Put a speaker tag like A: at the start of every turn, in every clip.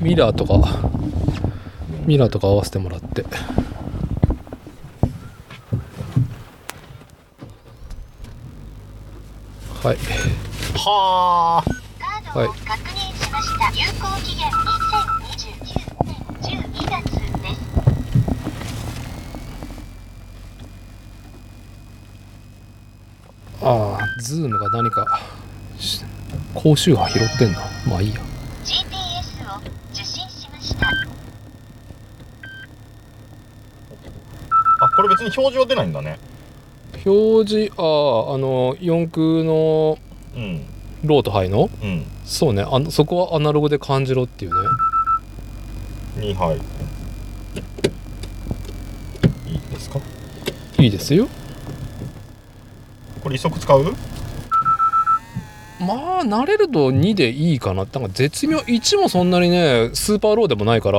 A: ミラーとかミラーとか合わせてもらってはい
B: はあ
A: はい
C: を確認しました。有効期限2029年12月です。
A: ああズームが何かし高周波拾ってんなまあいいや
C: GPS を受信しました。
B: あこれ別に表示は出ないんだね
A: 表示あああの四駆の
B: うん
A: ローとハイの
B: うん
A: そうねあのそこはアナログで感じろっていうね
B: 2杯いいですか
A: いいですよ
B: これ移速使う
A: まあ慣れると2でいいかななんか絶妙1もそんなにねスーパーローでもないから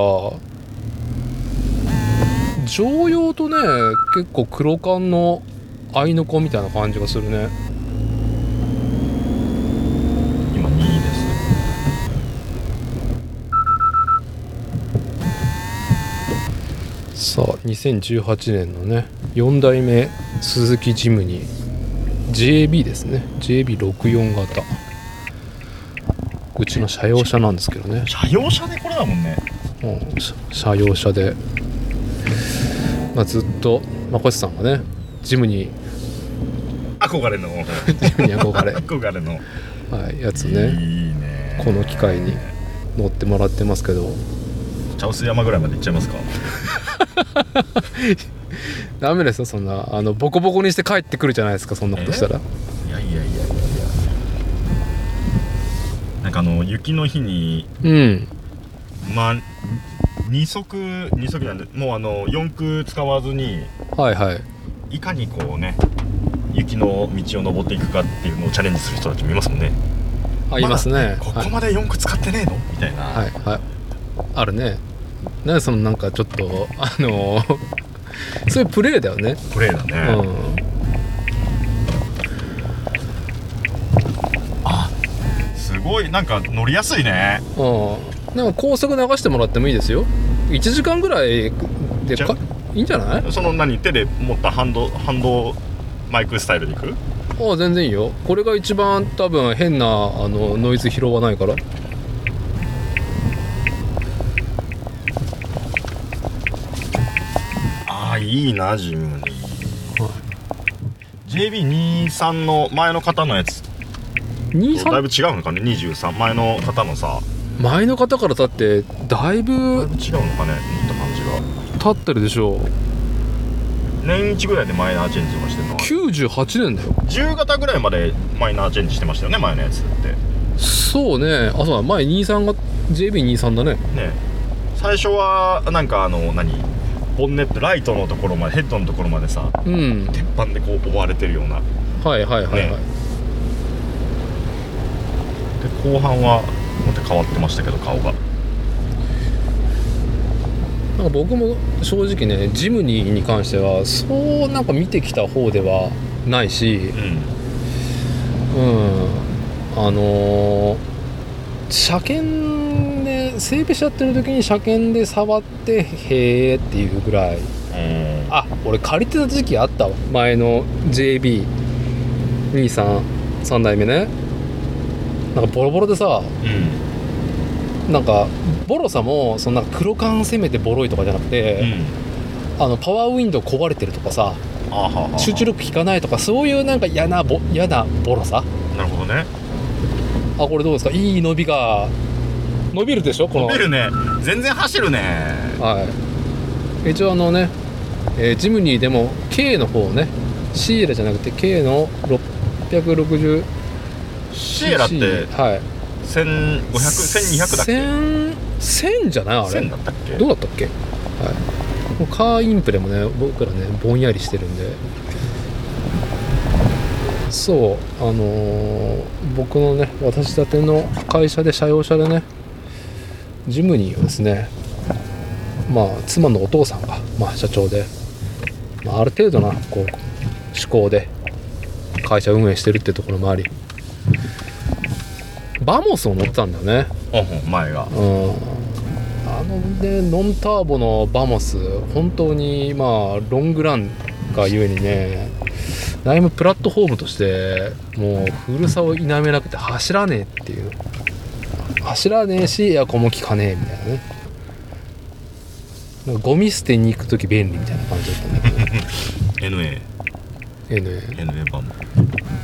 A: 常用とね結構黒缶の合いの子みたいな感じがするね
B: 今2位です
A: さあ2018年のね4代目鈴木ジムニー JB ですね JB64 型うちの車用車なんですけどね
B: 車用車でこれだも んね
A: うん車車用車で、まあ、ずっとまこしさんがねジムに
B: 憧れの
A: ジムに憧 れ、
B: 憧れの
A: はい、やつね
B: いいね
A: この機会に乗ってもらってますけど
B: 茶臼山ぐらいまで行っちゃいますか
A: ダメですよそんなあのボコボコにして帰ってくるじゃないですかそんなことしたら
B: いやいやいやいやいやなんかあの雪の日に
A: うん
B: まあ2足二足なんでもうあの四駆使わずに
A: はいはい
B: いかにこうね雪の道を登っていくかっていうのをチャレンジする人たちもいますもんね
A: あいますね、
B: こ
A: はい
B: こまで四駆使ってねえのみたいな、
A: はいはいあるねなんでそのなんかちょっと あのそういうプレーだよね
B: プレーだ
A: う
B: ね、
A: ん
B: あすごいなんか乗りやすいね
A: うんでも高速流してもらってもいいですよ1時間ぐらいで
B: じゃ
A: かいいんじゃない
B: その何手で持ったハンドハンドマイクスタイルでいく
A: ああ全然いいよこれが一番多分変なあのノイズ拾わないから
B: ああいいなジムに JB23 の前の方のやつだい
A: 23
B: ぶ違うのかね23前の方のさ
A: 前の方からだってだい
B: だい
A: ぶ
B: ぶ違うのかね見た感じが
A: 経ってるでしょう
B: 年1ぐらいでマイナーチェンジとかしてんの
A: 98年だよ
B: 10型ぐらいまでマイナーチェンジしてましたよね前のやつって
A: そうねあそうだ前23が JB23 だね
B: ね最初はなんかあの何ボンネットライトのところまでヘッドのところまでさ
A: うん
B: 鉄板でこう覆われてるようなで
A: はいはいはいはい、
B: ね後半はもっと変わってましたけど顔が
A: なんか僕も正直ねジムニーに関してはそうなんか見てきた方ではないし
B: うん
A: うんあのー車検で整備しちゃってる時に車検で触ってへえっていうぐらい
B: うん
A: あ俺借りてた時期あったわ前の JB233 代目ねなんかボロボロでさなんかボロさもそんな黒缶攻めてボロいとかじゃなく
B: う
A: て、
B: ん
A: あのパワーウィンドウ壊れてるとかさ
B: あはは
A: 集中力効かないとかそういうなんか嫌なボ嫌なボロさ
B: なるほどね
A: あこれどうですかいい伸びが伸びるでしょこの
B: 伸びるね全然走るね
A: はい一応あのね、えージムニーでも K の方ねシーラじゃなくて K の660
B: シエラって
A: はい
B: 15001200だっけ
A: 1000 1000じゃないあれ
B: 1000だったっけ
A: どうだったっけ、はい、もうカーインプレもね僕らねぼんやりしてるんでそうあのー僕のね私立ての会社で社用車でねジムニーをですねまあ妻のお父さんが、まあ、社長で、まあ、ある程度なこう思考で会社運営してるってところもありバモスを乗ってたんだよね
B: うんうん前が
A: うんあのねノンターボのバモス本当にまあロングランがゆえにねだいぶプラットフォームとしてもう古さを否めなくて走らねえっていう走らねえしエアコンも効かねえみたいなねなんかゴミ捨てに行く時便利みたいな感じだったんだけど
B: NA
A: ええね
B: NA 版も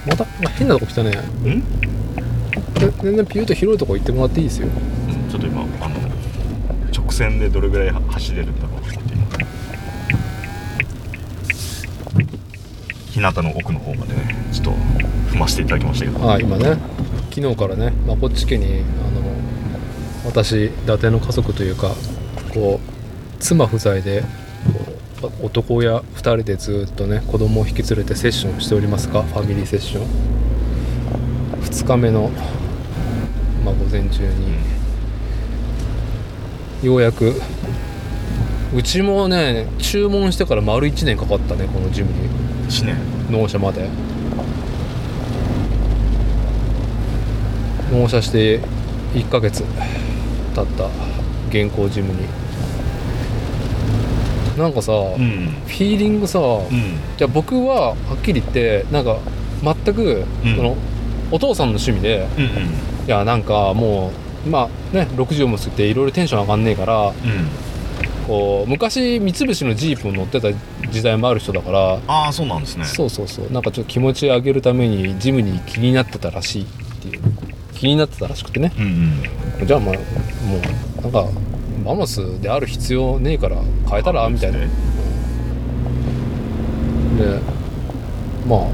A: またまあ変なとこ来たね
B: ん、うん、
A: ぜ全然ピューと広いとこ行ってもらっていいですよ
B: ちょっと今あの直線でどれぐらいは走れるんだろうって日向の奥の方までねちょっと踏ませていただきましたけど
A: ああ今ね昨日からね、まあ、こっち家にあの私伊達の家族というかこう妻不在でこう男親2人でずっとね子供を引き連れてセッションしておりますがファミリーセッション2日目の、まあ、午前中にようやくうちもね注文してから丸1年かかったねこのジムに
B: しね
A: 納車まで納車して1ヶ月経った現行ジムになんかさ、フ
B: ん
A: ィーリングさ、
B: うん
A: じゃあ僕ははっきり言ってなんか全く、
B: うん
A: そのお父さんの趣味で
B: うん
A: いやなんかもうまあね60も過ぎていろいろテンション上がんねえから
B: うんうん
A: こう昔三菱のジープに乗ってた時代もある人だから
B: ああそうなんですね
A: そうそうそうなんかちょっと気持ち上げるためにジムに気になってたらしいっていう気になってたらしくてね
B: うんうん
A: じゃあまあもうなんかマモスである必要ねえから変えたらみたいなで
B: ね
A: まあ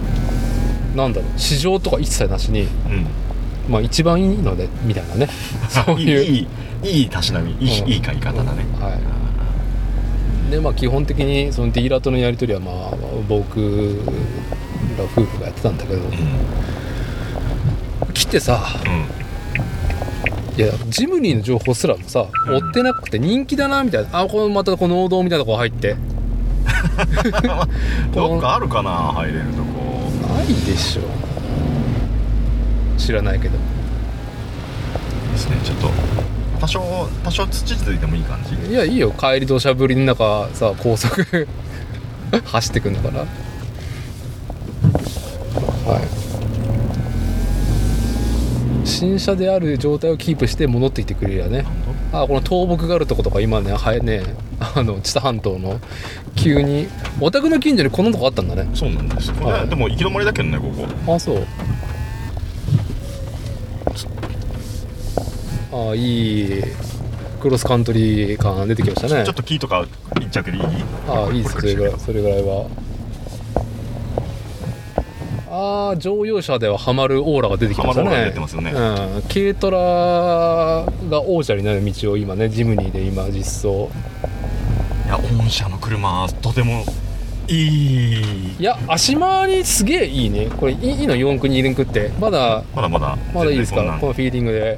A: なんだろう市場とか一切なしに
B: うん
A: まあ一番いいのでみたいな ねそういう
B: いいいいいいたしなみいい,、
A: うん
B: いい買い方だね、
A: はいでまあ基本的にそのディーラーとのやり取りはまあ僕ら夫婦がやってたんだけど
B: うん
A: 来てさ
B: うん
A: いやジムニーの情報すらもさ、
B: うん
A: 追ってなくて人気だなみたいなあこのまたこの農道みたいなとこ入って
B: どっかあるかな入れるとこ
A: ないでしょ知らないけど
B: ですねちょっと多少多少土ついてもいい感じ
A: いやいいよ帰り土砂降りの中さ高速 走ってくんだからはい新車である状態をキープして戻ってきてくれりゃねあこの倒木があるとことか今ねはえねあの知多半島の急にお宅の近所にこんなとこあったんだね
B: そうなんですよ、
A: はい
B: でも行き止まりだけどねここ
A: あそうああいいクロスカントリー感が出てきましたね
B: ちょっと木とか一着でいい
A: ああいいです
B: こ
A: それぐらい
B: こ
A: それぐらいはああ乗用車ではハマるオーラが出てきましたね
B: ハマるオーラが出てますよね
A: うん、軽トラが王者になる道を今ねジムニーで今実装
B: いや御社の車とてもいい
A: いや足回りすげえいいねこれいいいいの4区2輪区ってまだ
B: まだまだ
A: まだいいですか
B: 全然
A: こ
B: そん
A: のフィーリングで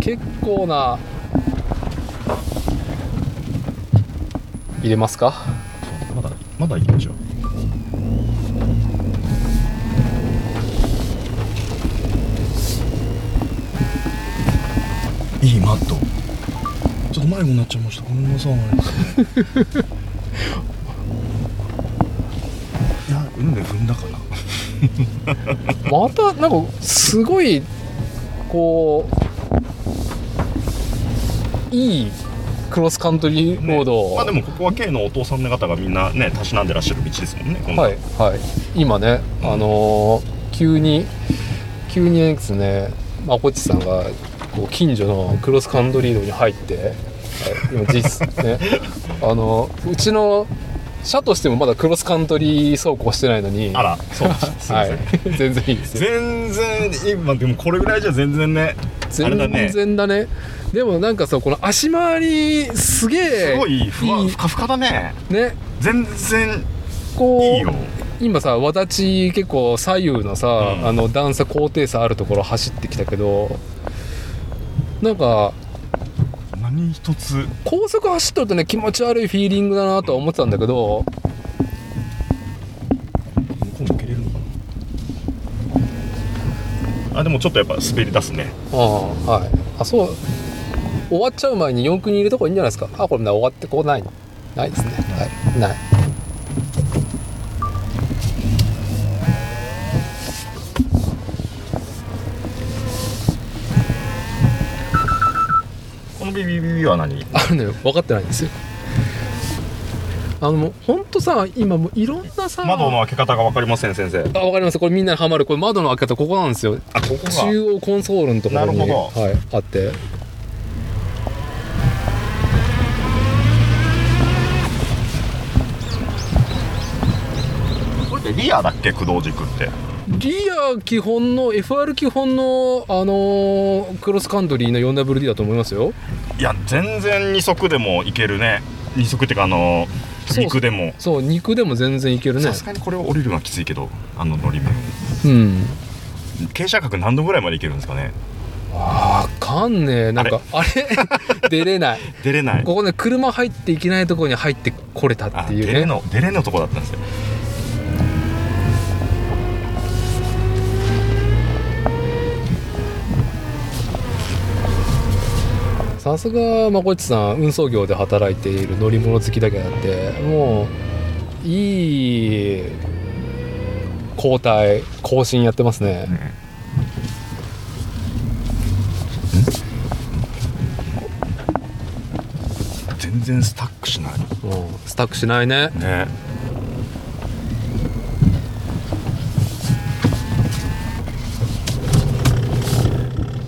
A: 結構な入れますか
B: なまだまだ行きましょういいマットちょっと迷子になっちゃいましたごめん なさいいや運で踏んだかな
A: またなんかすごいこういいクロスカントリーロードを、
B: まあでもここは K のお父さんの方がみんなねたしなんでらっしゃる道ですもんね今度
A: はいはい今ねあのー急に急にですねまこっちさんがこう近所のクロスカントリードに入って、はい今実 ねあのーうちの社としてもまだクロスカントリー走行してないのに
B: あらそうですすいま
A: は
B: せん、
A: い、全然いいですよ
B: 全然今でもこれぐらいじゃ 全然ねあれだ
A: 全
B: ね
A: 然だねでもなんかさこの足回りすげえ
B: すごいふわ
A: いい
B: ふかふかだね
A: ね
B: 全然
A: こう
B: いいよ
A: 今さわだち結構左右のさ、
B: うん
A: あの段差高低差あるところ走ってきたけどなんか
B: 何一つ
A: 高速走っとるとね気持ち悪いフィーリングだなとは思ってたんだけど
B: 今度蹴れるのかなあでもちょっとやっぱ滑り出すね
A: ああはいあそう終わっちゃう前に四駆に入れとこいいんじゃないですかあこれな終わってこないないですねはいない
B: このビビビビは何
A: あるのよ分かってないんですよあのもうほんとさ今もういろんなさ
B: 窓の開け方が分かりません先生
A: あ分かりますこれみんなにハマるこれ窓の開け方ここなんですよ
B: あここが
A: 中央コンソールのところに
B: なるほど
A: はい、あって
B: これってリアだっけ駆動軸って
A: リア基本の FR 基本の、あのークロスカントリーの 4WD だと思いますよ
B: いや全然二足でもいけるね二足ってかあの
A: そう
B: 肉でも
A: そう肉でも全然いけるね
B: さすがにこれを降りるのはきついけどあの乗り物
A: うん
B: 傾斜角何度ぐらいまでいけるんですかね
A: わかんねえなんかあれ出れ ない
B: 出れない
A: ここね車入っていけないところに入ってこれた
B: あ
A: ってい
B: 出
A: う
B: れ
A: ね
B: の出れのとこだったんですよ
A: さすがまこっちさん運送業で働いている乗り物好きだけあってもういい交代更新やってますね、
B: 全然スタックしない
A: うん、スタックしないね
B: ね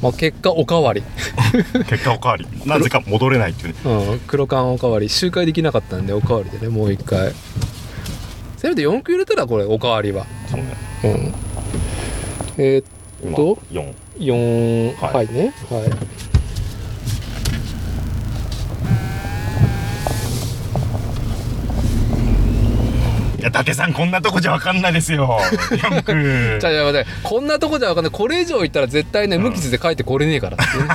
A: まあ、結果おかわり、
B: 結果お かわりなぜか戻れないっていうね
A: うん、黒缶おかわり周回できなかったんでおかわりでねもう一回せめて4区入れたらこれおかわりは
B: そうね
A: うんえーっ
B: 今
A: と
B: 4
A: 4
B: はい
A: はいねはい
B: いや伊達さんこんなとこじゃわかんないですよよく
A: じゃあじゃあじゃあこんなとこじゃ分かんないこれ以上行ったら絶対ね無傷で帰ってこれねえ からっていうね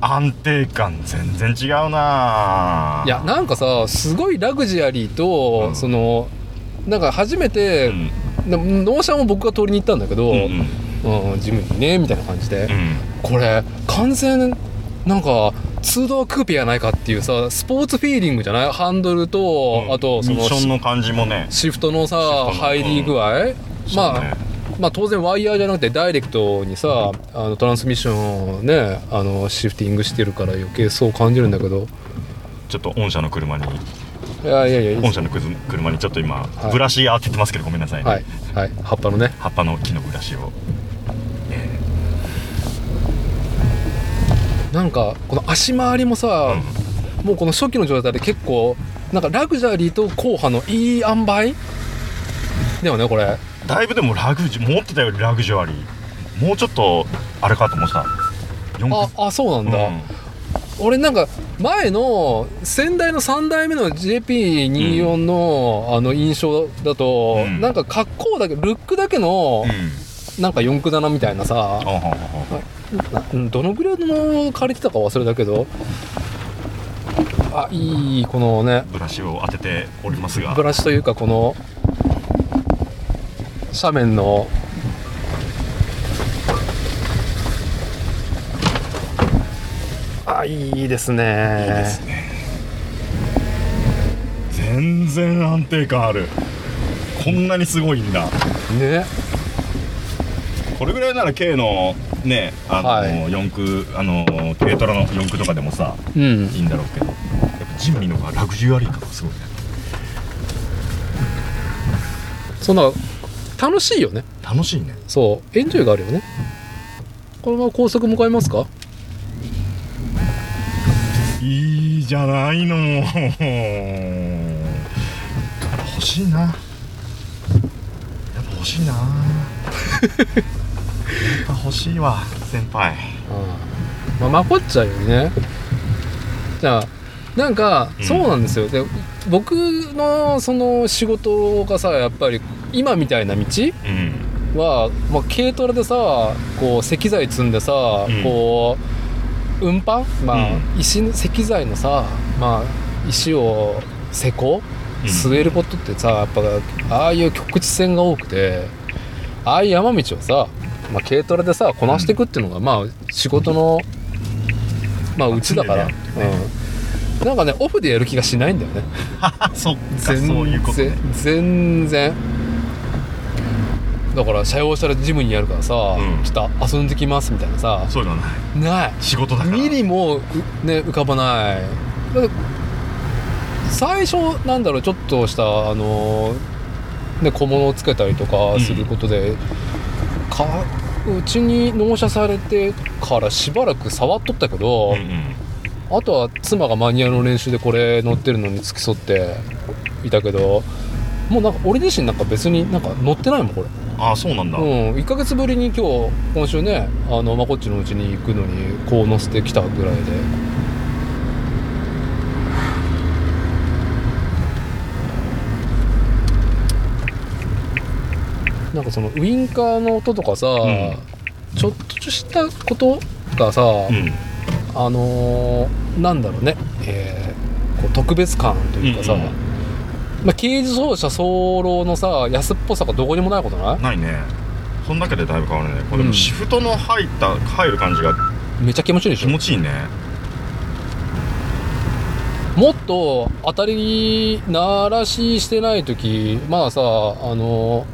B: 安定感全然違うない
A: やなんかさすごいラグジュアリーと、
B: うん
A: そのなんか初めて、
B: うん
A: な納車も僕が取りに行ったんだけど、
B: う
A: うんんジムにねみたいな感じで、
B: うんうん
A: これ完全なんか2ドアクーペやないかっていうさスポーツフィーリングじゃないハンドルと、
B: うん
A: あとそ
B: ミッ
A: の
B: ション
A: シ
B: の感じもね
A: シフトのさ
B: フトの
A: 入り具合、まあ、
B: そうね
A: まあ当然ワイヤーじゃなくてダイレクトにさあのトランスミッションをねあのシフティングしてるから余計そう感じるんだけど
B: ちょっと御社の車に
A: いやいやいやいいで
B: 御
A: す
B: 社のくず車にちょっと今、
A: い
B: ブラシ当ててますけどごめんなさいね、
A: はいはい葉っぱのね
B: 葉っぱの木のブラシを
A: なんかこの足回りもさ、もうこの初期の状態で結構なんかラグジュアリーと硬派のいい塩梅だよねこれ
B: だいぶでもラグジュ持ってたよりラグジュアリーもうちょっとあれかと思ってた
A: あ
B: 4
A: あそうなんだ、
B: うん
A: 俺なんか前の先代の3代目の JP24 のあの印象だと、
B: うん
A: なんか格好だけルックだけの
B: うん
A: なんか4駆だなみたいなさ
B: あ、ははは
A: などのぐらいの借りてたか忘れたけどあいいこのね
B: ブラシを当てておりますが
A: ブラシというかこの斜面のあいいですね
B: いいですね全然安定感あるこんなにすごいんだ
A: ね
B: これぐらいなら K のねあの、
A: はい
B: 四駆あの軽トラの四駆とかでもさ
A: うん
B: いいんだろうけどやっぱジムニーの方がラグジュアリー感がすごいね
A: そんな楽しいよね
B: 楽しいね
A: そうエンジョイがあるよねこのまま高速向かいますか
B: いいじゃないの欲しいなやっぱ欲しいなやっぱ欲しいわ先輩
A: まあ、まこっちゃうよりねじゃあなんか
B: うん
A: そうなんですよ、で僕のその仕事がさやっぱり今みたいな道
B: うん
A: は、まあ、軽トラでさこう石材積んでさ、
B: ん
A: こう運搬まあ、
B: う
A: 石の石材のさまあ石を施工
B: うん
A: 据えることってさやっぱああいう局地戦が多くてああいう山道をさまあ、軽トラでさこなしていくっていうのが、まあ仕事のまあうちだから、
B: 常
A: うん、なんかねオフでやる気がしないんだよね
B: そっか
A: 全
B: そういうことね
A: 然全然だから社用したらジムにやるからさ、
B: うん
A: ちょっと遊んできますみたいなさ
B: そういうのはな
A: な
B: い
A: い
B: 仕事だから
A: ミリもうね浮かばないだって最初なんだろうちょっとしたあのね小物をつけたりとかすることで、かうちに納車されてからしばらく触っとったけど、
B: うんうん
A: あとは妻がマニュアルの練習でこれ乗ってるのに付き添っていたけどもうなんか俺自身なんか別になんか乗ってないもんこれ
B: ああそうなんだ、
A: うん、1ヶ月ぶりに今日今週ねあのまこっちのうちに行くのにこう乗せてきたぐらいでなんかそのウインカーの音とかさ、
B: ん
A: ちょっとしたことがさ、
B: うん
A: あのーなんだろうね、えーこう特別感というかさ、
B: うんうん
A: まあ、軽自動車走路のさ安っぽさがどこにもないことない
B: ないねそんだけでだいぶ変わるねこれで
A: うん
B: もシフトの入った入る感じが
A: めっちゃ気持ちいいでし
B: 気
A: ょ
B: 持ちいいね
A: もっと当たり鳴らししてない時まださあの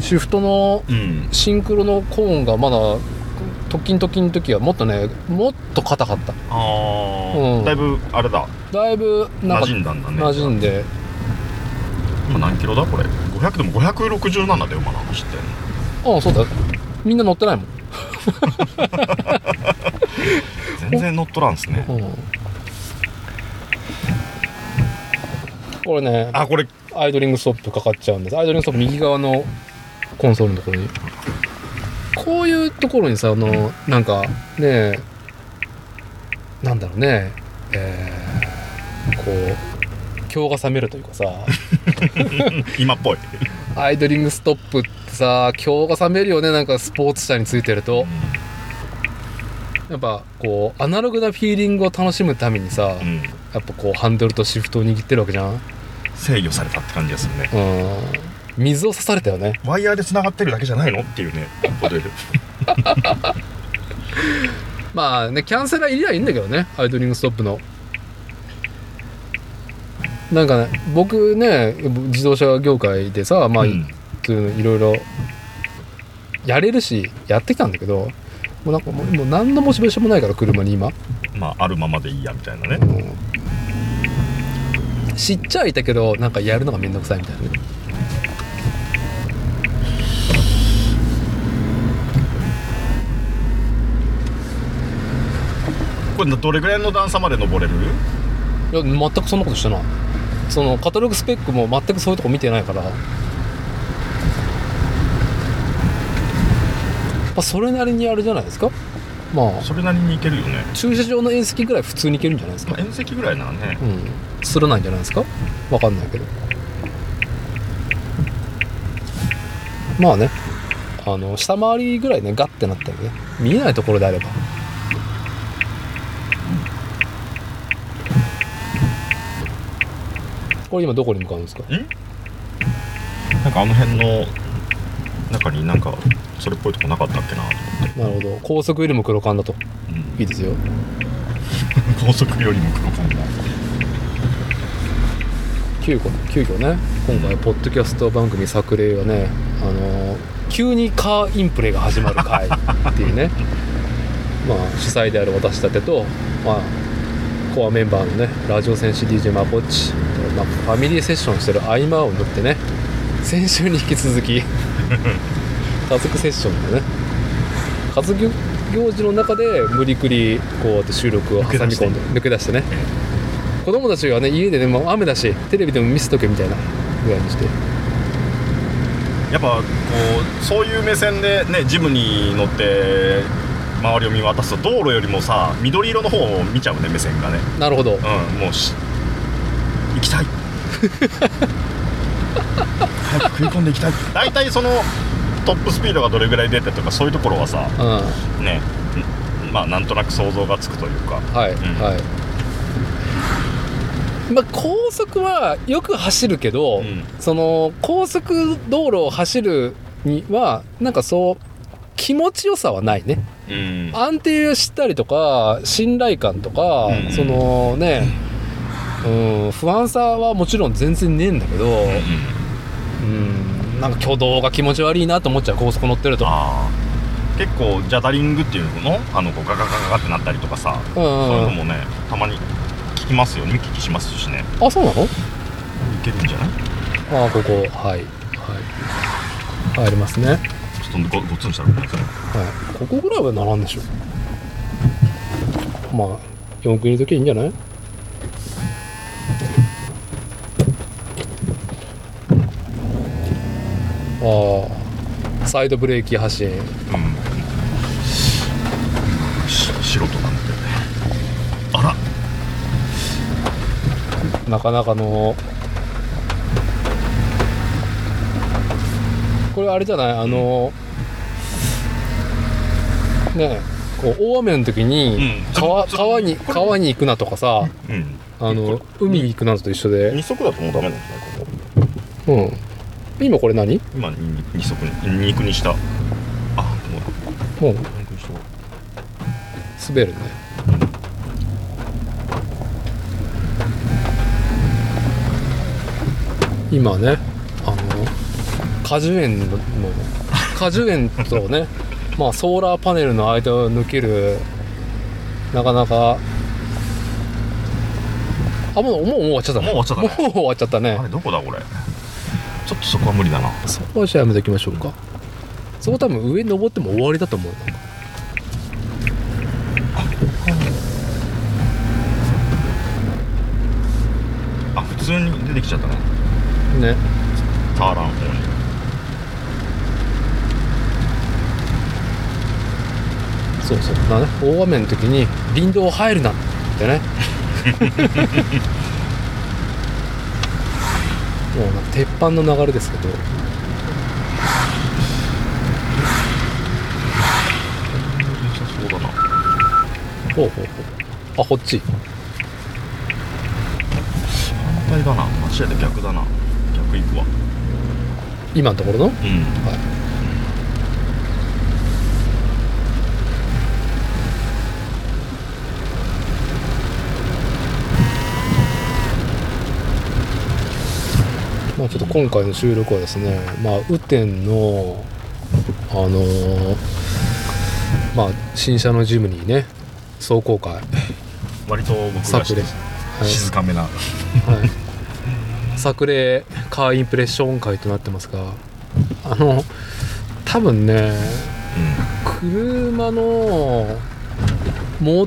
A: シフトの
B: うん
A: シンクロのコーンがまだトキントキンの時はもっとねもっと硬かった
B: ああ、
A: うん
B: だいぶあれだ
A: だいぶなん
B: 馴
A: か
B: 染んだんだね
A: 馴染んで
B: 今何キロだこれ500でも567だよ馬の走ってんの
A: ああそうだみんな乗ってないもん
B: 全然乗っとらんですね
A: うんこれね
B: あこれ
A: アイドリングストップかかっちゃうんですアイドリングストップ右側のコンソールのところにこういうところにさあのなんかねなんだろうねえーこう今日が冷めるというかさ
B: 今っぽい
A: アイドリングストップってさ今日が冷めるよねなんかスポーツ車についてるとやっぱこうアナログなフィーリングを楽しむためにさや
B: うん
A: っぱこうハンドルとシフトを握ってるわけじゃん
B: 制御されたって感じでするね
A: うん水を刺されたよね
B: ワイヤーで繋がってるだけじゃないのっていうねことで
A: まあね、キャンセラーいりゃいいんだけどね、アイドリングストップの。なんかね、僕ね、自動車業界でさ、まあ、
B: うん
A: そういうのいろいろやれるし、やってきたんだけど、もうなんかもう、もう何のモチベーションもないから、車に今。
B: まああるままでいいやみたいな
A: う
B: ね
A: ん知っちゃいたけど、なんかやるのがめんどくさいみたいなね。
B: これどれぐらいの段差まで登れる
A: いや全くそんなことしてないそのカタログスペックも全くそういうとこ見てないからまあそれなりにあれじゃないですかまあ
B: それなりにいけるよね
A: 駐車場の縁石ぐらい普通に行けるんじゃないです
B: ま
A: か
B: あ縁石ぐらいならね
A: うんすらないんじゃないですかわかんないけどまあねあの下回りぐらいねガッてなったらね見えないところであればこれ今どこに向かうんですか
B: なんかあの辺の中になんかそれっぽいとこなかったっけなと思って
A: なるほど高速よりも黒缶だといいですよ
B: 高速よりも黒缶だ
A: 急遽急遽ね今回ポッドキャスト番組作例はねあのー急にカーインプレが始まる回っていうねまあ主催である私たちと、まあ、コアメンバーのねラジオ戦士 DJ マコッチとまあファミリーセッションしてる合間を縫ってね先週に引き続 き家族セッションでね家族行事の中で無理くりこうやって収録を挟み込んで抜け出してね子供たちがね家でねもう雨だしテレビでも見せとけみたいなぐらいにして
B: やっぱこうそういう目線でねジムに乗って周りを見渡すと道路よりもさ緑色の方を見ちゃうね目線がね
A: なるほど
B: うんもうし行きたい早く食い込んでいきたい大体そのトップスピードがどれぐらい出てとかそういうところはさ
A: うんはい
B: ねんまあなんとなく想像がつくというか
A: はいまあ高速はよく走るけど、
B: うん
A: その高速道路を走るにはなんかそう気持ちよさはないね
B: うん
A: 安定したりとか信頼感とか、
B: うん
A: そのね、うん、不安さはもちろん全然ねえんだけど、
B: うん
A: うん、なんか挙動が気持ち悪いなと思っちゃう高速乗ってると、
B: あー結構ジャダリングっていうのあのこうガガガガガってなったりとかさ
A: うん
B: そういう
A: う
B: の
A: ん、
B: もねたまに聞きますよね聞きしますしね
A: あそうなの
B: いけるんじゃない
A: あここはいはい入りますね、はい、
B: ちょっとごごつんしたらごめんなさい
A: ここぐらいはならんでしょまあ四駆いる時はいいんじゃないああサイドブレーキ発進
B: うんし白となんだよねあら
A: なかなかのこれあれじゃないあのねえこう大雨の時に
B: うん
A: 川,、
B: ちょ
A: 川に川に行くなとかさ
B: うん
A: あの海に行くなと一緒で、
B: 二足だともうダメなんじゃないここ
A: うん、今これ何
B: 今に二足に肉にしたあでも
A: もう
B: 肉にした方が
A: 滑るね今ねあの果樹園の果樹園とね まあソーラーパネルの間を抜けるなかなかあもうもうもう終わっちゃったね
B: もう終わっちゃったね
A: もう終わっちゃったね
B: あれどこだこれちょっとそこは無理だな
A: そこはじゃあやめときましょうかそこ多分上に登っても終わりだと思うな
B: あ普通に出てきちゃったな
A: ね
B: ターラン方に
A: そうそうだね大雨の時に林道入るなってねもうなんか鉄板の流れですけど
B: 良さそうだな
A: ほうほうほうあこっち
B: 反対だな間違えた逆だな逆行くわ
A: 今のところの
B: うん
A: まあ、ちょっと今回の収録はですね、まあ、雨天の、あのーまあ、新車のジムにね、壮行会、はい
B: 割と僕が
A: サプレ
B: 静かめな
A: はい、作例カーインプレッション会となってますが、あの、多分ね、
B: う
A: 車のモ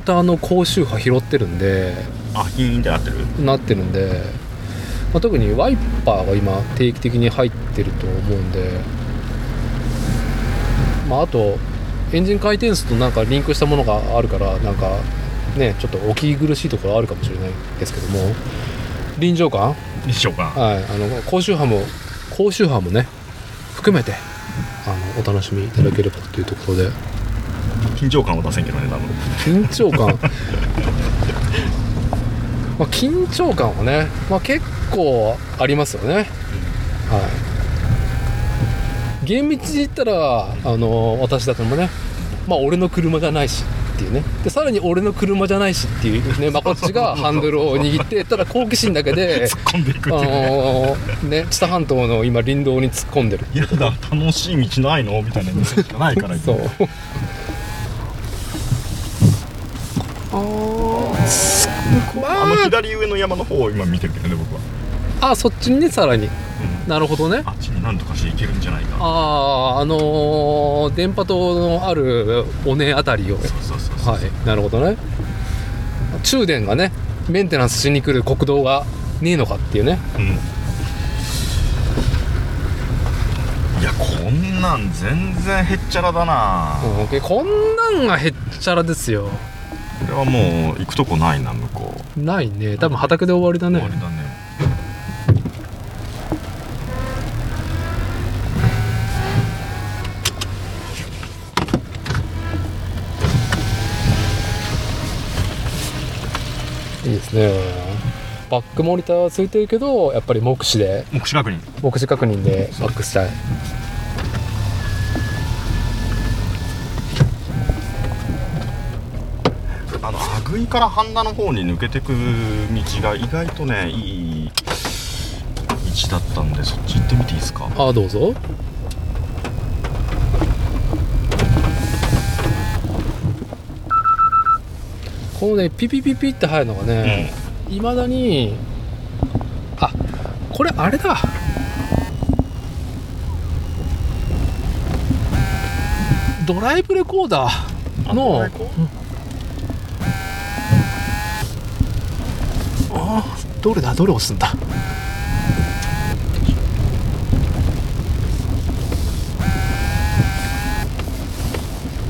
A: ーターの高周波拾ってるんで、
B: んあヒーンってなってる
A: なってるんで、まあ、特にワイパーが今定期的に入ってると思うんで、まあ、あとエンジン回転数となんかリンクしたものがあるからなんかねちょっとお聞き苦しいところあるかもしれないですけども臨場感、はい、
B: にしようかな
A: あの高周波も高周波もね含めてあのお楽しみいただければというところで
B: 緊張感を出せんけどね多分
A: 緊張感 まあ緊張感はね、まあ、結構ありますよね、はい、厳密に言ったらあの私だともねまあ俺の車じゃないしっていうねでさらに俺の車じゃないしっていうね、まあ、こっちがハンドルを握ってただ好奇心だけ で
B: 突っ込んでいくっ
A: あ
B: ていうね
A: のね知多半島の今林道に突っ込んでる
B: やだ楽しい道ないのみたいな店しかないから
A: そう
B: 今あの左上の山の方を今見てるけどね僕は、
A: あそっちにねさらに
B: うん
A: なるほどね
B: あっちに何とかしていけるんじゃないか
A: あああのー電波塔のある尾根あたりを
B: そうそうそうそう、
A: はいなるほどね中電がねメンテナンスしに来る国道がねえのかっていうね
B: うんいやこんなん全然へっちゃらだな、
A: うんでこんなんがへっちゃらですよ
B: これはもう行くとこないな向こう
A: ないね多分畑で終わりだ
B: 終わ
A: ね
B: りだね
A: いいですねバックモニターはついてるけどやっぱり目視で
B: 目視確認
A: 目視確認でバックしたい
B: 福井から半田の方に抜けてく道が意外とねいい位置だったんでそっち行ってみていいですか
A: ああどうぞこのねピピピピって入るのが
B: うん
A: ねいま、未だにあこれあれだドライブレコーダーの
B: あドライコ
A: あーどれだどれ押すんだ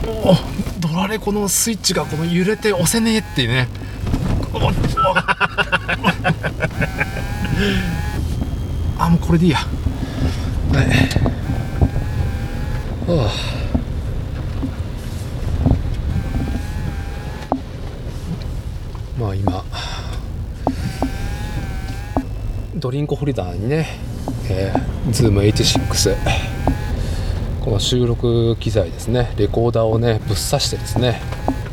A: おドラレコのスイッチがこの揺れて押せねえっていうね あもうこれでいいやはいはあまあ今ドリンクホルダーにね、えー、Zoom86 この収録機材ですねレコーダーをねぶっ刺してですね、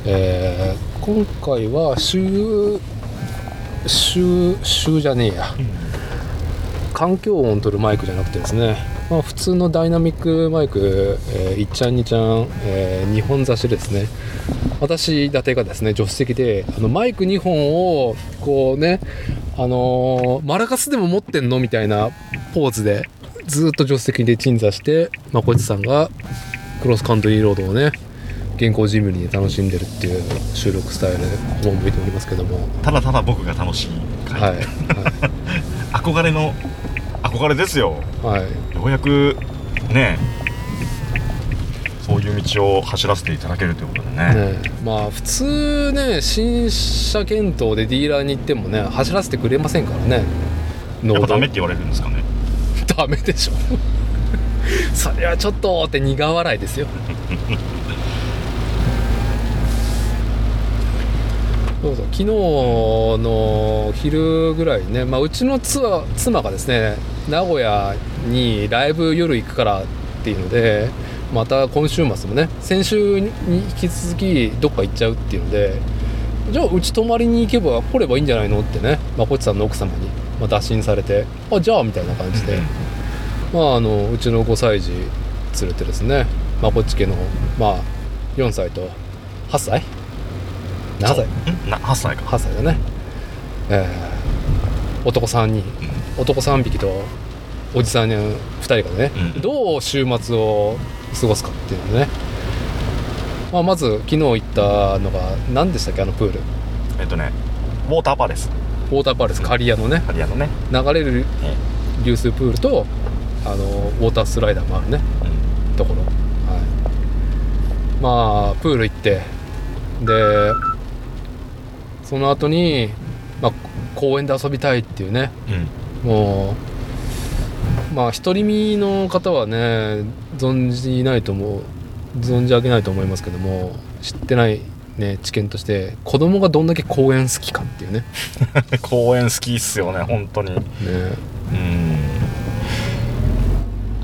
A: えー今回は週週週じゃねえや環境音を取るマイクじゃなくてですね、まあ、普通のダイナミックマイク、えー、1ちゃん2ちゃん、え2本差しですね私伊達がですね助手席であのマイク2本をこうねあのーマラカスでも持ってんのみたいなポーズでずーっと助手席で鎮座してまこいつさんがクロスカントリーロードをね現行ジムに楽しんでるっていう収録スタイルで赴いておりますけども、
B: ただただ僕が楽しい回、
A: はい
B: 憧れの憧れですよ
A: はい、はい
B: ようやくねそういう道を走らせていただけるということでね
A: ね、まあ普通ね新車検討でディーラーに行ってもね走らせてくれませんからね
B: やっ
A: ノ
B: ぱ
A: ー
B: ダ
A: ド
B: メって言われるんですかね
A: ダメでしょそれはちょっとって苦笑いですよ そうそう昨日の昼ぐらいにね、まあ、うちのツアー妻がですね名古屋にライブ夜行くからっていうのでまた今週末もね先週に引き続きどっか行っちゃうっていうのでじゃあうち泊まりに行けば来ればいいんじゃないのってねまこっちさんの奥様に、まあ打診されてあじゃあみたいな感じで、まあ、あのうちの5歳児連れてですねまこっち家の、まあ、4歳と8歳7歳
B: んな8歳か
A: 8歳だね、えー男3人男3匹とおじさん2人がね、
B: うん
A: どう週末を過ごすかっていうのね、まあ、まず昨日行ったのが何でしたっけあのプール
B: えっとねウォーターパレス
A: ウォーターパレス刈谷のね
B: ハリアのね、
A: 流れる
B: え
A: 流水プールとあのウォータースライダーもあるね
B: えうん
A: ところ、はい、まあプール行ってでその後に、まあ、公園で遊びたいっていうね
B: うん
A: もうまあ独り身の方はね存じないと思う存じ上げないと思いますけども知ってないね知見として子供がどんだけ公園好きかっていうね
B: 公園好きっすよね本当にうん
A: ね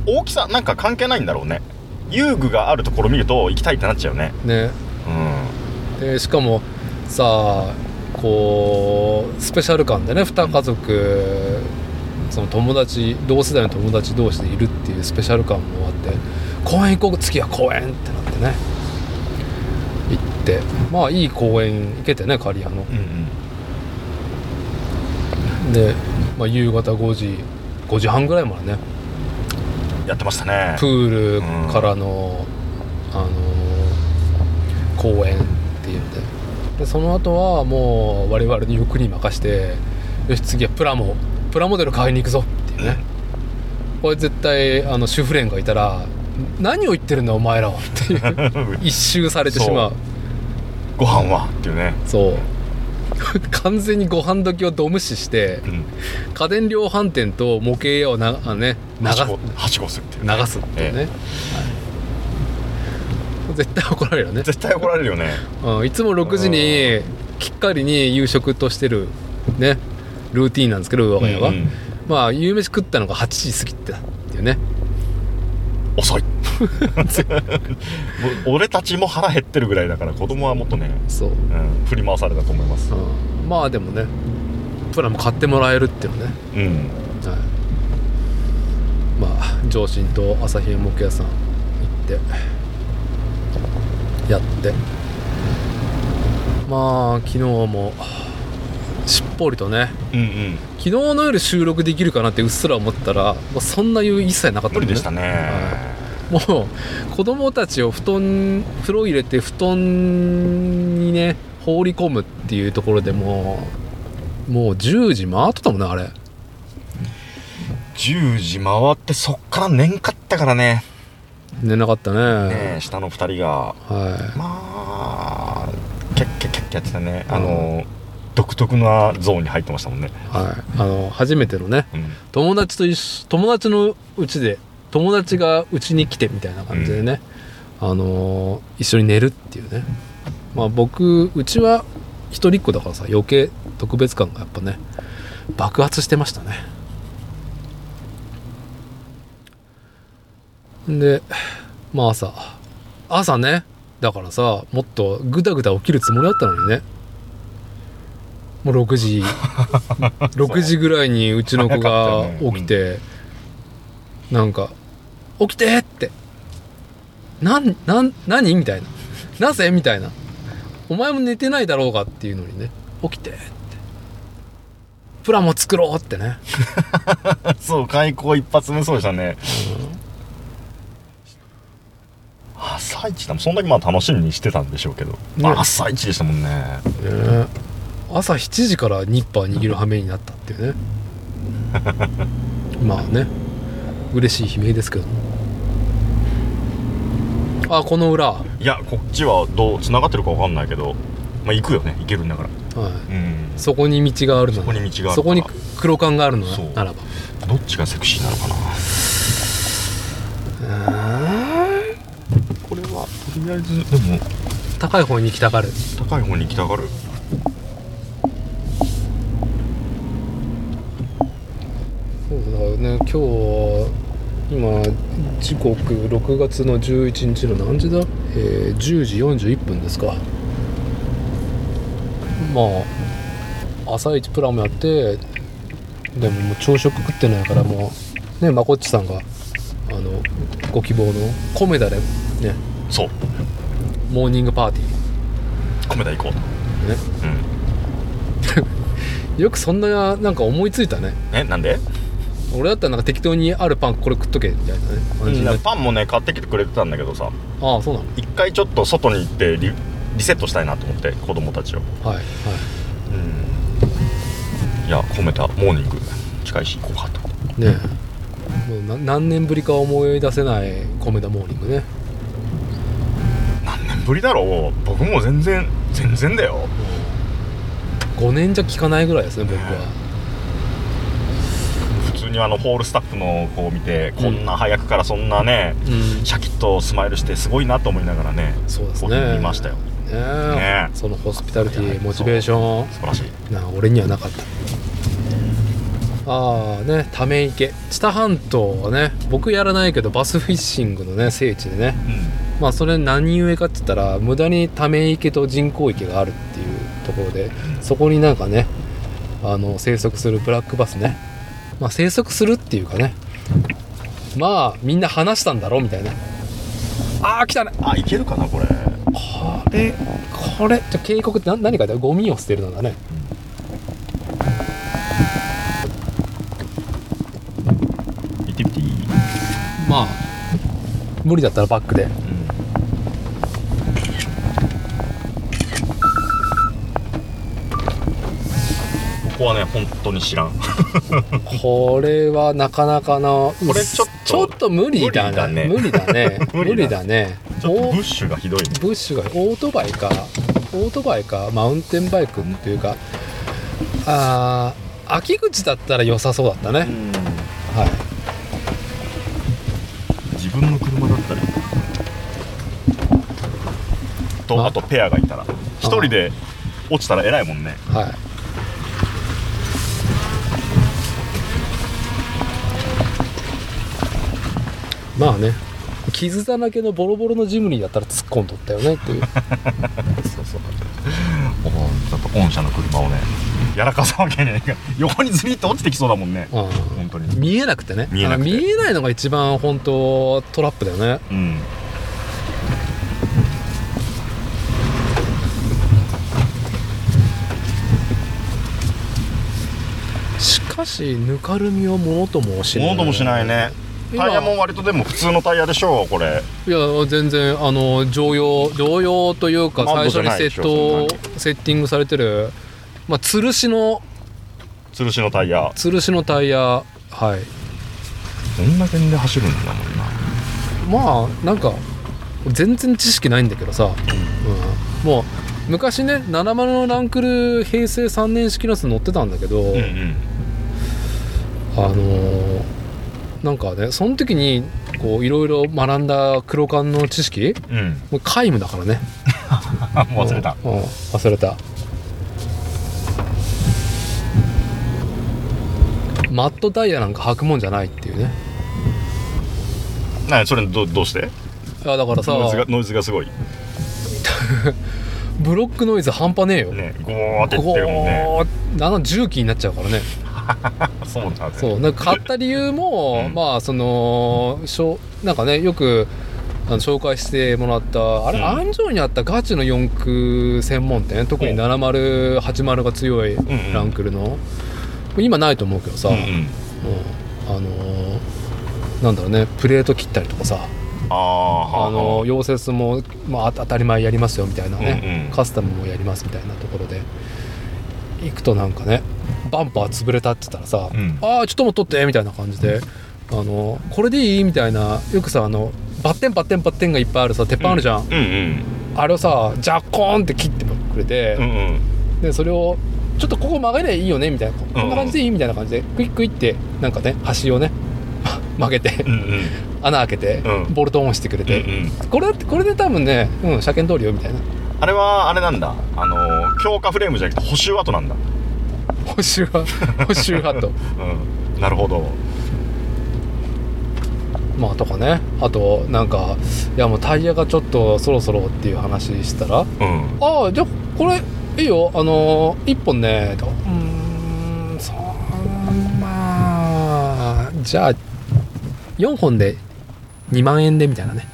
B: 大きさなんか関係ないんだろうね遊具があるところ見ると行きたいってなっちゃうね
A: ね
B: うん
A: でしかもさあこうスペシャル感でね2家族その友達同世代の友達同士でいるっていうスペシャル感もあって公園行こう次は公園ってなってね行ってまあいい公園行けてね刈谷の
B: うんうん
A: で、まあ、夕方5時5時半ぐらいまでね
B: やってましたね
A: プールからの、あの公園っていうのででその後はもう我々に欲に任してよし次はプラモプラモデル買いに行くぞっていうねこれ絶対あの主婦連がいたら「何を言ってるんだお前らは」っていう 一周されてしまう
B: ご飯はっていうね
A: そう 完全にご飯時をど無視して
B: うん
A: 家電量販店と模型屋をなあのね流
B: はし
A: す
B: ごはしごするっていうね
A: 流すっていうね、はい絶対怒られるよね、
B: 絶対怒られるよね
A: うん、いつも6時にきっかりに夕食としてるねルーティンなんですけど我が家は、
B: うんうん
A: まあ夕飯食ったのが8時過ぎてたっていうね
B: 遅い もう俺たちも腹減ってるぐらいだから子供はもっとね、
A: そう、
B: うん、振り回されたと思います
A: うん、まあでもねプラも買ってもらえるっていうね、
B: うん
A: はい、まあ上信と朝日山木屋さん行ってやってまあ昨日もしっぽりとね
B: うんうん
A: 昨日の夜収録できるかなってうっすら思ってたら、まあ、そんな余裕一切なかった
B: 無
A: もん
B: 理でしたね、
A: もう子供たちを布団風呂入れて布団にね放り込むっていうところでもうもう10時回っとったもんねあれ
B: 10時回ってそっから年かったからね
A: 寝なかったね
B: ねえ下の2人が
A: は
B: まあキャッキャッキャッキャやってたねあの、独特なゾーンに入ってましたもんね、
A: い、はい、あの初めてのね
B: うん、
A: 友達と一緒友達のうちで友達がうちに来てみたいな感じでね、あのー一緒に寝るっていうねまあ僕うちは一人っ子だからさ余計特別感がやっぱね爆発してましたねでまあ朝朝ねだからさもっとグダグダ起きるつもりだったのにねもう6時6時ぐらいにうちの子が起きて、なんか「起きて!」って「なんなん何?」みたいな「なぜ?」みたいな「お前も寝てないだろうが」っていうのにね「起きて!」って「プラも作ろう!」ってね
B: そう開口一発目そうでしたね、朝一だもんそんだけまあ楽しみにしてたんでしょうけど、まあ朝一でしたもんね
A: ね朝7時からニッパー握る羽目になったって いうねまあね嬉しい悲鳴ですけどもあこの裏、はい
B: やこっちはどう繋がってるか分かんないけどまあ行くよね行けるんだから
A: い、
B: うん
A: そこに道があるの
B: そこに道があるから
A: そこに黒缶があるのな
B: そう
A: ならば
B: どっちがセクシーなのかなこれはとりあえずでも
A: 高い方に行きたがる
B: 高い方に行きたがる
A: そうだよね今日は今時刻6月の11日の何時だ、えー、10時41分ですかまあ朝一プラもやってでももう朝食食ってないからもうねまこっちさんがあのご希望の米田でね
B: そう
A: モーニングパーティー
B: 米田行こう
A: ね
B: うん
A: よくそんななんか思いついたね
B: えなんで
A: 俺だったらなんか適当にあるパンこれ食っとけみたいなね感じになっ
B: パンもね買ってきてくれてたんだけどさ
A: ああそうなの
B: 一回ちょっと外に行ってリリセットしたいなと思って子供たちを
A: はいはい
B: いや込めたモーニング近いし行こうかと
A: ねえもうな何年ぶりか思い出せない米田モーニングね
B: 何年ぶりだろう僕も全然全然だよ
A: 5年じゃ聞かないぐらいですね僕
B: ね
A: は
B: 普通にあのホールスタッフの子を見てこんな早くからそんなね、
A: うん
B: シャキッとスマイルしてすごいなと思いながらね
A: そうです
B: こ
A: ね
B: 見ましたよ
A: ねえ
B: ねえ
A: そのホスピタリティモチベーショ
B: 素晴らしい
A: ンな俺にはなかったああねため池知多半島はね僕やらないけどバスフィッシングのね聖地でね
B: う
A: まあそれ何故かって言ったら無駄にため池と人工池があるっていうところでそこになんかねあの生息するブラックバスねまあ生息するっていうかねまあみんな話したんだろうみたいなああ来たね
B: んあいけるかなこれ
A: これこれじゃあ警告って何何かだよゴミを捨てるのだね
B: 行ってみていい、
A: まあ無理だったらバックで
B: ここはね本当に知 らん
A: これはなかなかの
B: これちょっと
A: ちょっと無理だな無
B: 無
A: 理だね無
B: 無
A: 理
B: 理
A: だ
B: だ
A: ね
B: ちょっとブッシュがひどいね
A: ブッシュがオートバイかオートバイかマウンテンバイクっていうかあー秋口だったら良さそうだったね、はい
B: 自分の車だったりと
A: あ
B: あとペアがいたら一人で落ちたら偉いもんね
A: はいまあね傷だらけのボロボロのジムニーだったら突っ込んどったよねっていう
B: そうそうおーちょっと御社の車をねやらかさわけねえか 横にずりっと落ちてきそうだもんね
A: あー
B: 本当に
A: 見えなくてね
B: 見えなくて
A: あの見えないのが一番本当トラップだよね
B: うん
A: しかしぬかるみはものともしない
B: 物ともしないね
A: 今
B: タイヤも割とでも普通のタイヤでしょこれ
A: いや全然あの常用常用というか
B: マ
A: 最
B: ッドじ
A: 初
B: ゃ
A: に
B: ない
A: セ
B: でし
A: ッ
B: ょ
A: ト
B: そん
A: セッティングされてるまあ吊るしの
B: 吊るしのタイヤ
A: 吊るしのタイヤはい
B: こんな点で走るんだもんな
A: まあなんか全然知識ないんだけどさ、うん、もう昔ね70のランクル平成3年式のやつ乗ってたんだけど、
B: うん
A: あのーなんかねその時にこういろいろ学んだ黒缶の知識
B: うんうん
A: もう皆無だからね
B: あもう忘れた
A: うんうん忘れたマットダイヤなんか履くもんじゃないっていうね
B: なにそれどどうして
A: いやだからさ
B: ノイズがノイズがすごい
A: ブロックノイズ半端ねえよ、
B: ねゴーっていってるもんね
A: こうあの重機になっちゃうからね
B: そうなんだね
A: そうなんか買った理由も、
B: うん
A: まあそのしょうなんかねよくあの紹介してもらったあれ、
B: うん
A: 安城にあったガチの四駆専門店特に
B: うん
A: 7080が強い
B: んうん
A: ランクルの、今ないと思うけどさ、
B: うんうん
A: うんあのーなんだろうねプレート切ったりとかさ、
B: あーはあは
A: あのー溶接も、まあ、当たり前やりますよみたいなね、
B: うんうん
A: カスタムもやりますみたいなところで行くとなんかねバンパー潰れたって言ったらさ「
B: うん
A: ああちょっともう取って」みたいな感じで「あのーこれでいい?」みたいなよくさあのバッテンバッテンバッテンがいっぱいあるさ鉄板あるじゃん、
B: うんうん
A: あれをさジャコーンって切ってくれて、
B: うんうん
A: でそれをちょっとここ曲がればいいよねみたいなここんな感じでいいみたいな感じでクイックイってなんかね端をね 曲げて
B: うんうん
A: 穴開けて
B: うん
A: ボルトオンしてくれ
B: うんう
A: て、
B: ん
A: これだってこれで多分ね、うん、車検通りよみたいな
B: あれはあれなんだあのー強化フレームじゃなくて補修跡なんだ
A: 補修は 補修はと
B: うんなるほど
A: まあとかねあとなんかいやもうタイヤがちょっとそろそろっていう話したら
B: うん
A: ああじゃあこれいいよあのー、1本ねとうーんそうまあじゃあ4本で2万円でみたいなね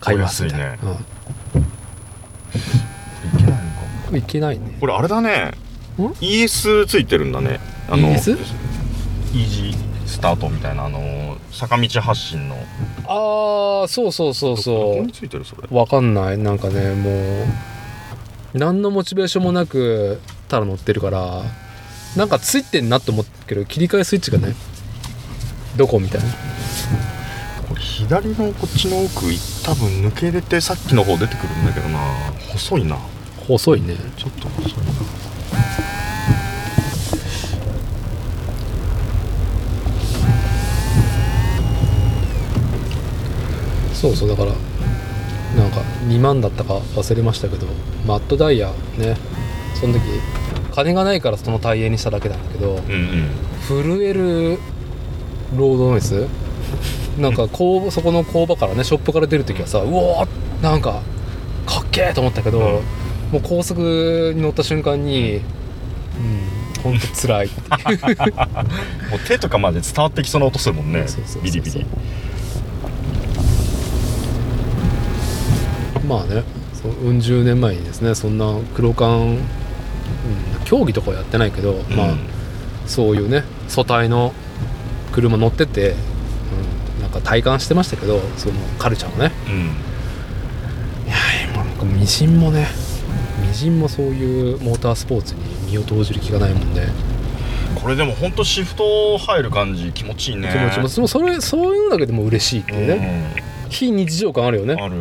A: 買いますみたいな
B: お安
A: い,、
B: いいけないのか
A: うん、いけないね
B: これあれだね
A: ん
B: ES ついてるんだねあ
A: ES？
B: イージースタートみたいなあの坂道発進の
A: ああそうそうそう
B: ここ
A: そ
B: についてるそれ
A: うわかんないなんかねもう何のモチベーションもなくただ乗ってるからなんかついてんなと思ってるけど切り替えスイッチがねどこみたいな
B: これ左のこっちの奥多分抜けれてさっきの方出てくるんだけどな細いな
A: 細いね
B: ちょっと細い
A: そうそうだからなんか2万だったか忘れましたけどマットダイヤねその時金がないからそのタイヤにしただけなんだけど
B: なうんうん
A: 震えるロードノイズなんかこうそこの工場からねショップから出る時はさうおーなんかかっけーと思ったけど、
B: うん
A: もう高速に乗った瞬間にうんほんとつら い
B: もう手とかまで伝わってきそうな音するもんね
A: そうそうそうそう
B: ビリビリ
A: まあねそううん十年前にですねそんな黒缶、うん、競技とかはやってないけど、まあ
B: うん
A: そういうね素体の車乗ってて、うん、なんか体感してましたけどそのカルチャーをね
B: う
A: い
B: ん
A: や今なんかみじんもねみじんもそういうモータースポーツに身を投じる気がないもんで、
B: これでもほんとシフト入る感じ気持ちいいね
A: 気持ちもそのそれそういうのだけでも嬉しいっていうね、非日常感あるよ
B: う
A: ね
B: ん、ある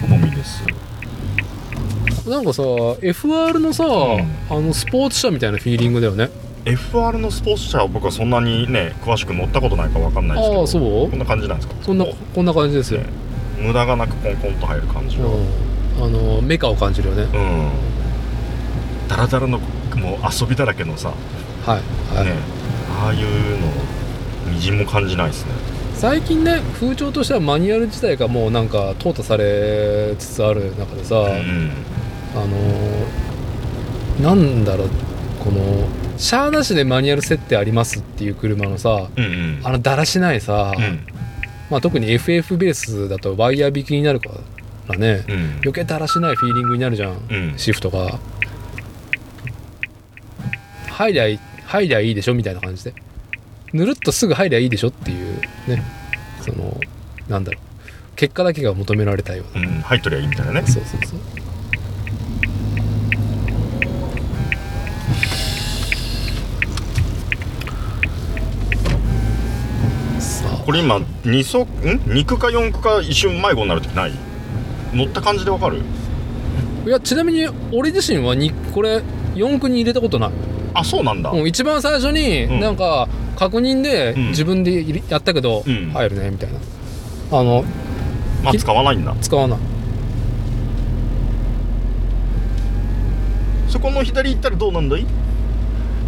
B: 好みです
A: なんかさ FR のさ、
B: ん
A: あのスポーツ車みたいなフィーリングだよね
B: FR のスポーツ車は僕はそんなにね詳しく乗ったことないからわかんないですけど
A: ああそう
B: こんな感じなんですか
A: そんな
B: こ
A: こんな感じです
B: う
A: よ、
B: ね無駄がなくコンコンと入る感じ
A: う
B: はうん
A: ん、あのメカを感じるよね
B: ダラダラのもう遊びだらけのさ、ね
A: はい、はい
B: ああいうのみじんも感じないですね
A: 最近ね風潮としてはマニュアル自体がもうなんか淘汰されつつある中でさ、
B: うん
A: あのーなんだろうこのシャアなしでマニュアル設定ありますっていう車のさ
B: うんうん
A: あのだらしないさ、
B: うん
A: まあ、特に FF ベースだとワイヤー引きになるからね、
B: うん
A: 余計だらしないフィーリングになるじゃん、
B: うん
A: シフトが入りゃいい入りゃいいでしょみたいな感じでぬるっとすぐ入りゃいいでしょっていうねそのなんだろう結果だけが求められたよう
B: うん入っとりゃいいみたいなね
A: なそうそうそうさあ
B: これ今二足ん2区か4区か一瞬迷子になる時ない乗った感じでわかる
A: いやちなみに俺自身はにこれ4区に入れたことない
B: あそうなんだ、
A: もう一番最初
B: うん
A: になんか確認で
B: うん
A: 自分で入れやったけど
B: うん
A: 入るねみたいなあの
B: まあ使わないんだ
A: 使わない
B: そこの左行ったらどうなんだい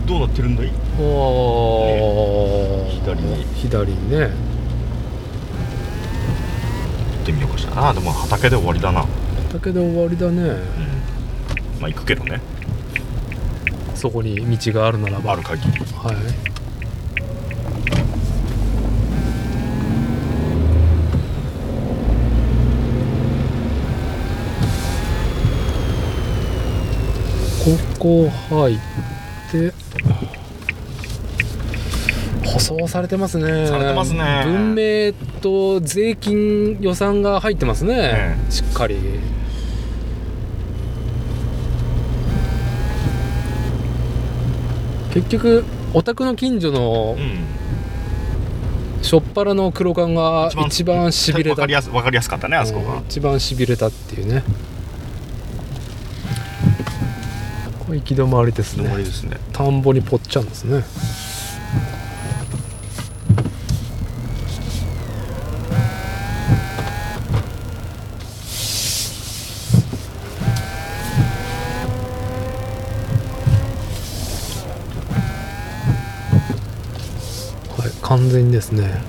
B: どうなってるんだい
A: おー
B: 左に
A: 左にね
B: 行ってみようかしらあでも畑で終わりだな
A: だけど終わりだね
B: うんまあ行くけどね
A: そこに道があるならば
B: ある限り
A: はいここ入って舗装されてますね
B: されてますね
A: 文明と税金予算が入ってますね、
B: え
A: しっかり結局お宅の近所の
B: うん
A: しょっぱらの黒缶が一番しびれ
B: わ
A: た
B: かりやすわかりやすかったねあそこ
A: う
B: が
A: ん一番しびれたっていうねこれ行き止まりです
B: 終わり
A: ね
B: ですね
A: 田んぼにぽっちゃんですねはい完全にですね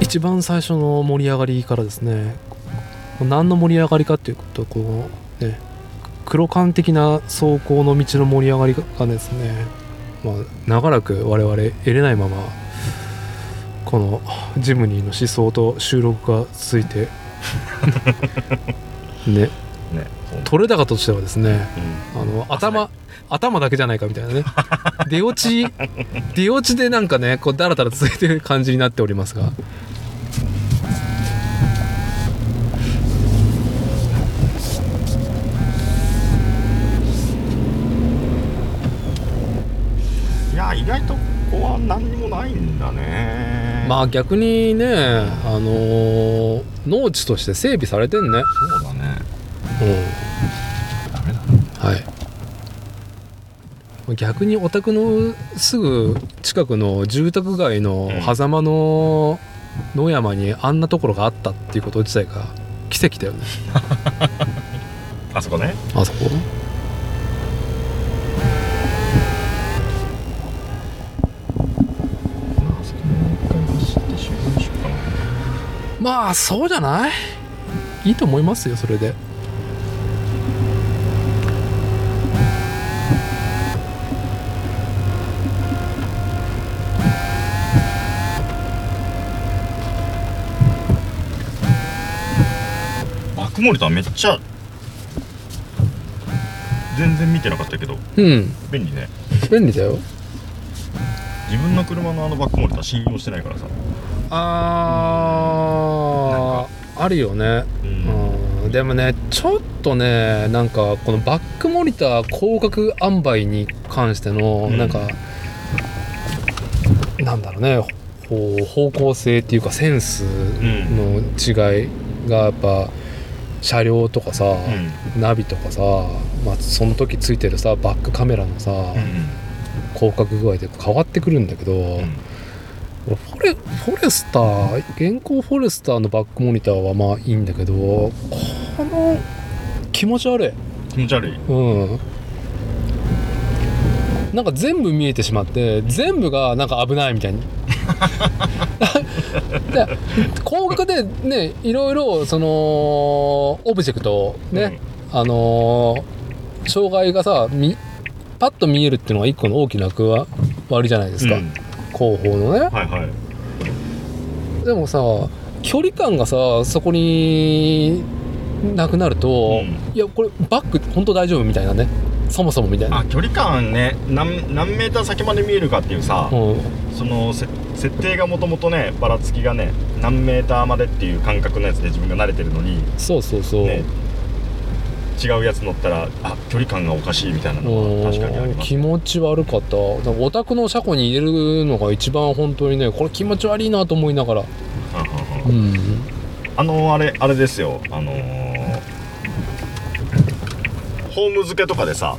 A: 一番最初の盛り上がりからですね何の盛り上がりかっていうとこのね黒缶的な走行の道の盛り上がりがですね、まあ、長らく我々得れないままこのジムニーの思想と収録が続いて ね
B: ね
A: 取れ高としてはですね
B: うん
A: あの頭頭だけじゃないかみたいなね出落ち出落ちでなんかねこうだらだら続いてる感じになっておりますが
B: いや意外とここは何にもないんだね
A: まあ逆にねあのー農地として整備されてんね
B: そうだね
A: うん
B: ダメだな
A: はい逆にお宅のすぐ近くの住宅街の
B: うん
A: 狭間の野山にあんなところがあったっていうこと自体が奇跡だよね
B: あそこね
A: あそこ
B: まああそこもう一回走って終了しようかな
A: まあそうじゃないいいと思いますよそれで
B: バックモニターめっちゃ全然見てなかったけど
A: うん
B: 便利ね
A: 便利だよ
B: 自分の車のあのバックモニター信用してないからさ
A: あーあるよね
B: うん
A: うんでもねちょっとねなんかこのバックモニター広角塩梅に関しての
B: うん
A: なんか、なんだろうねこう方向性っていうかセンスの違いがやっぱ車両とかさ、
B: うん
A: ナビとかさ、まあ、その時ついてるさバックカメラのさ、
B: う
A: 広角具合で変わってくるんだけど、
B: んうん
A: 俺フォレフォレスター現行フォレスターのバックモニターはまあいいんだけどこの気持ち悪い
B: 気持ち悪い
A: うんなんか全部見えてしまって全部がなんか危ないみたいに で高額でねいろいろそのオブジェクトをね、あのー障害がさみパッと見えるっていうのが一個の大きな役割じゃないですか、
B: うん
A: 広報のね
B: はいはい
A: でもさ距離感がさそこになくなると、
B: うん
A: いやこれバック本当大丈夫みたいなねそもそもみたいな
B: あ距離感ね何何メーター先まで見えるかっていうさ、
A: うん
B: そのせ設定がもともとねばらつきがね何メーターまでっていう感覚のやつで自分が慣れてるのに、
A: そうそうそう、
B: ね、違うやつ乗ったらあ距離感がおかしいみたいな
A: う
B: の
A: ん
B: が確かにあります
A: 気持ち悪かっただからお宅の車庫に入れるのが一番本当にねこれ気持ち悪いなと思いながら
B: うんうんうん
A: うん
B: あのあれあれですよあのーホーム付けとかでさ、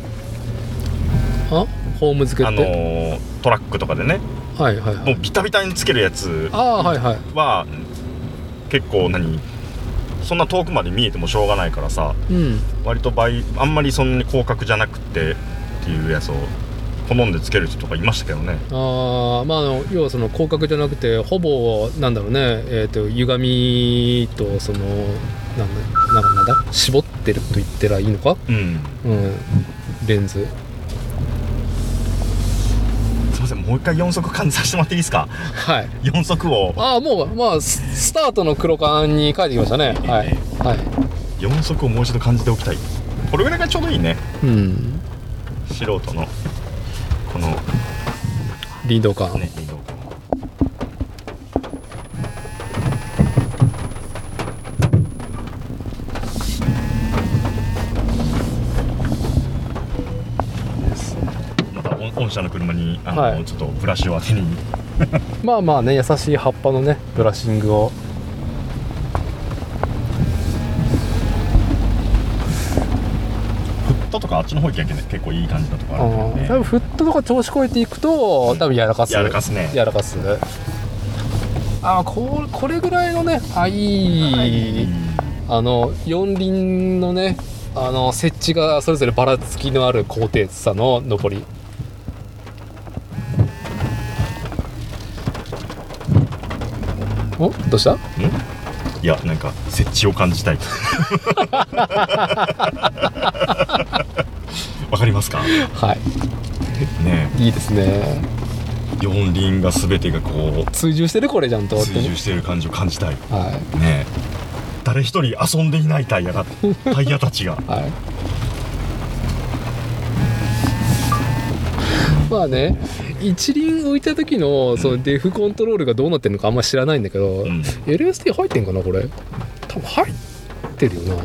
A: あホーム付け
B: あ
A: っ
B: の
A: て、
B: ートラックとかでね
A: はいはいは
B: もう
A: い
B: ビタビタにつけるやつ
A: ああはいはい
B: は結構何そんな遠くまで見えてもしょうがないからさ
A: うん
B: 割と倍あんまりそんなに広角じゃなくてっていうやつを好んでつける人とかいましたけどね
A: ああまああの要はその広角じゃなくてほぼなんだろうねえっ、と歪みとそのなんだなんかなんだ絞ってると言ったらいいのか
B: うん
A: うんレンズ
B: すいませんもう一回4足換算してもらっていいですか
A: はい
B: 4足を
A: ああもうまあススタートの黒缶に書いてきましたねはいはい
B: 4足をもう一度感じておきたいこれぐらいがちょうどいいね
A: うん
B: 素人のこの
A: リード感、
B: ね移動感ですまた御御社の車にあの、
A: はい
B: ちょっとブラシを当てに
A: まあまあね優しい葉っぱのねブラッシングを
B: フットとかあっちの方行きゃいけない結構いい感じのとこ
A: うん
B: あるんだ
A: 多分
B: よね
A: フットとか調子こいていくと多分やらかす
B: やらかすね
A: やらかすああここれぐらいのねあいいあの四輪のねあの設置がそれぞればらつきのある高低差の上りおどうした
B: いやなんか設置を感じ たいわかりますかね
A: はいいいですね
B: 四輪が全てがこう
A: 追従してるこれちゃんとって
B: 追従している感じを感じたい
A: はい
B: ねえ誰一人遊んでいないタイヤがタイヤ たちが
A: はい。まあね一輪置いた時のそのデフコントロールがどうなってるのかあんま知らないんだけど、
B: うん
A: LSD 入ってんかなこれ多分入ってるよな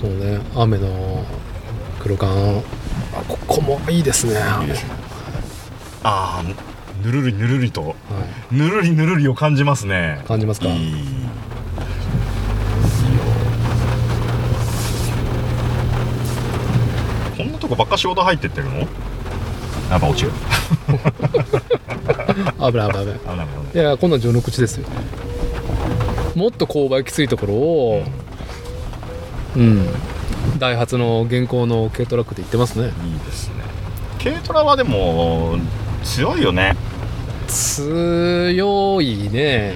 A: そうね雨の黒缶あここもいいですね雨、はい、
B: ああぬるりぬるりとぬるりぬるりを感じますね
A: 感じますか
B: いいこんなとこばっか仕事入ってってるのやっぱ落ちる
A: 危ない危ない危ない
B: 危ない危ない
A: いやこんなん序の口ですよもっと勾配きついところをうんダイハツの現行の軽トラックで行ってますね
B: いいですね軽トラはでも強いよね
A: 強いね、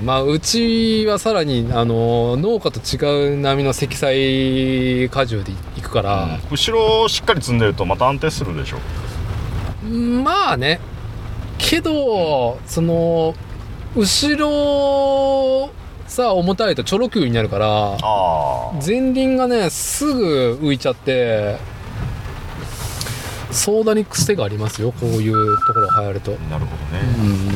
A: うんまあうちはさらにあの農家と違う波の積載荷重で行くから、
B: 後ろをしっかり積んでるとまた安定するでしょ
A: まあねけどその後ろさ重たいとちょろ級になるから
B: ああ
A: 前輪がねすぐ浮いちゃって相談に癖がありますよこういうところ入ると
B: なるほどね、
A: うん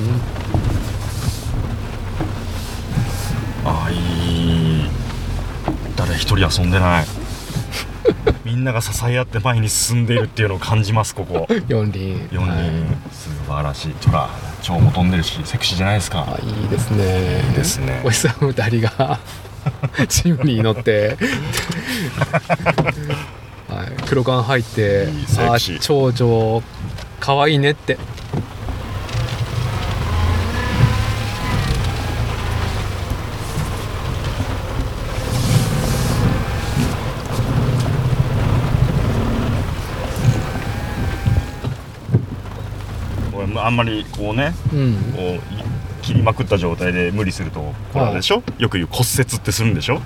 B: ああいい誰一人遊ん でないみんなが支え合って前に進んでいるっていうのを感じますここ
A: 四輪
B: 4人、素晴らしいほら蝶も飛んでるしセクシーじゃないですか
A: はい、あいいですね
B: いいですね
A: おじさん2人がチームに乗ってはい、黒缶入って
B: いいセクシー
A: あ長女かわいいねって
B: あんまりこうね
A: うん
B: こうい切りまくった状態で無理するとこれあれでしょよく言う骨折ってするんでしょ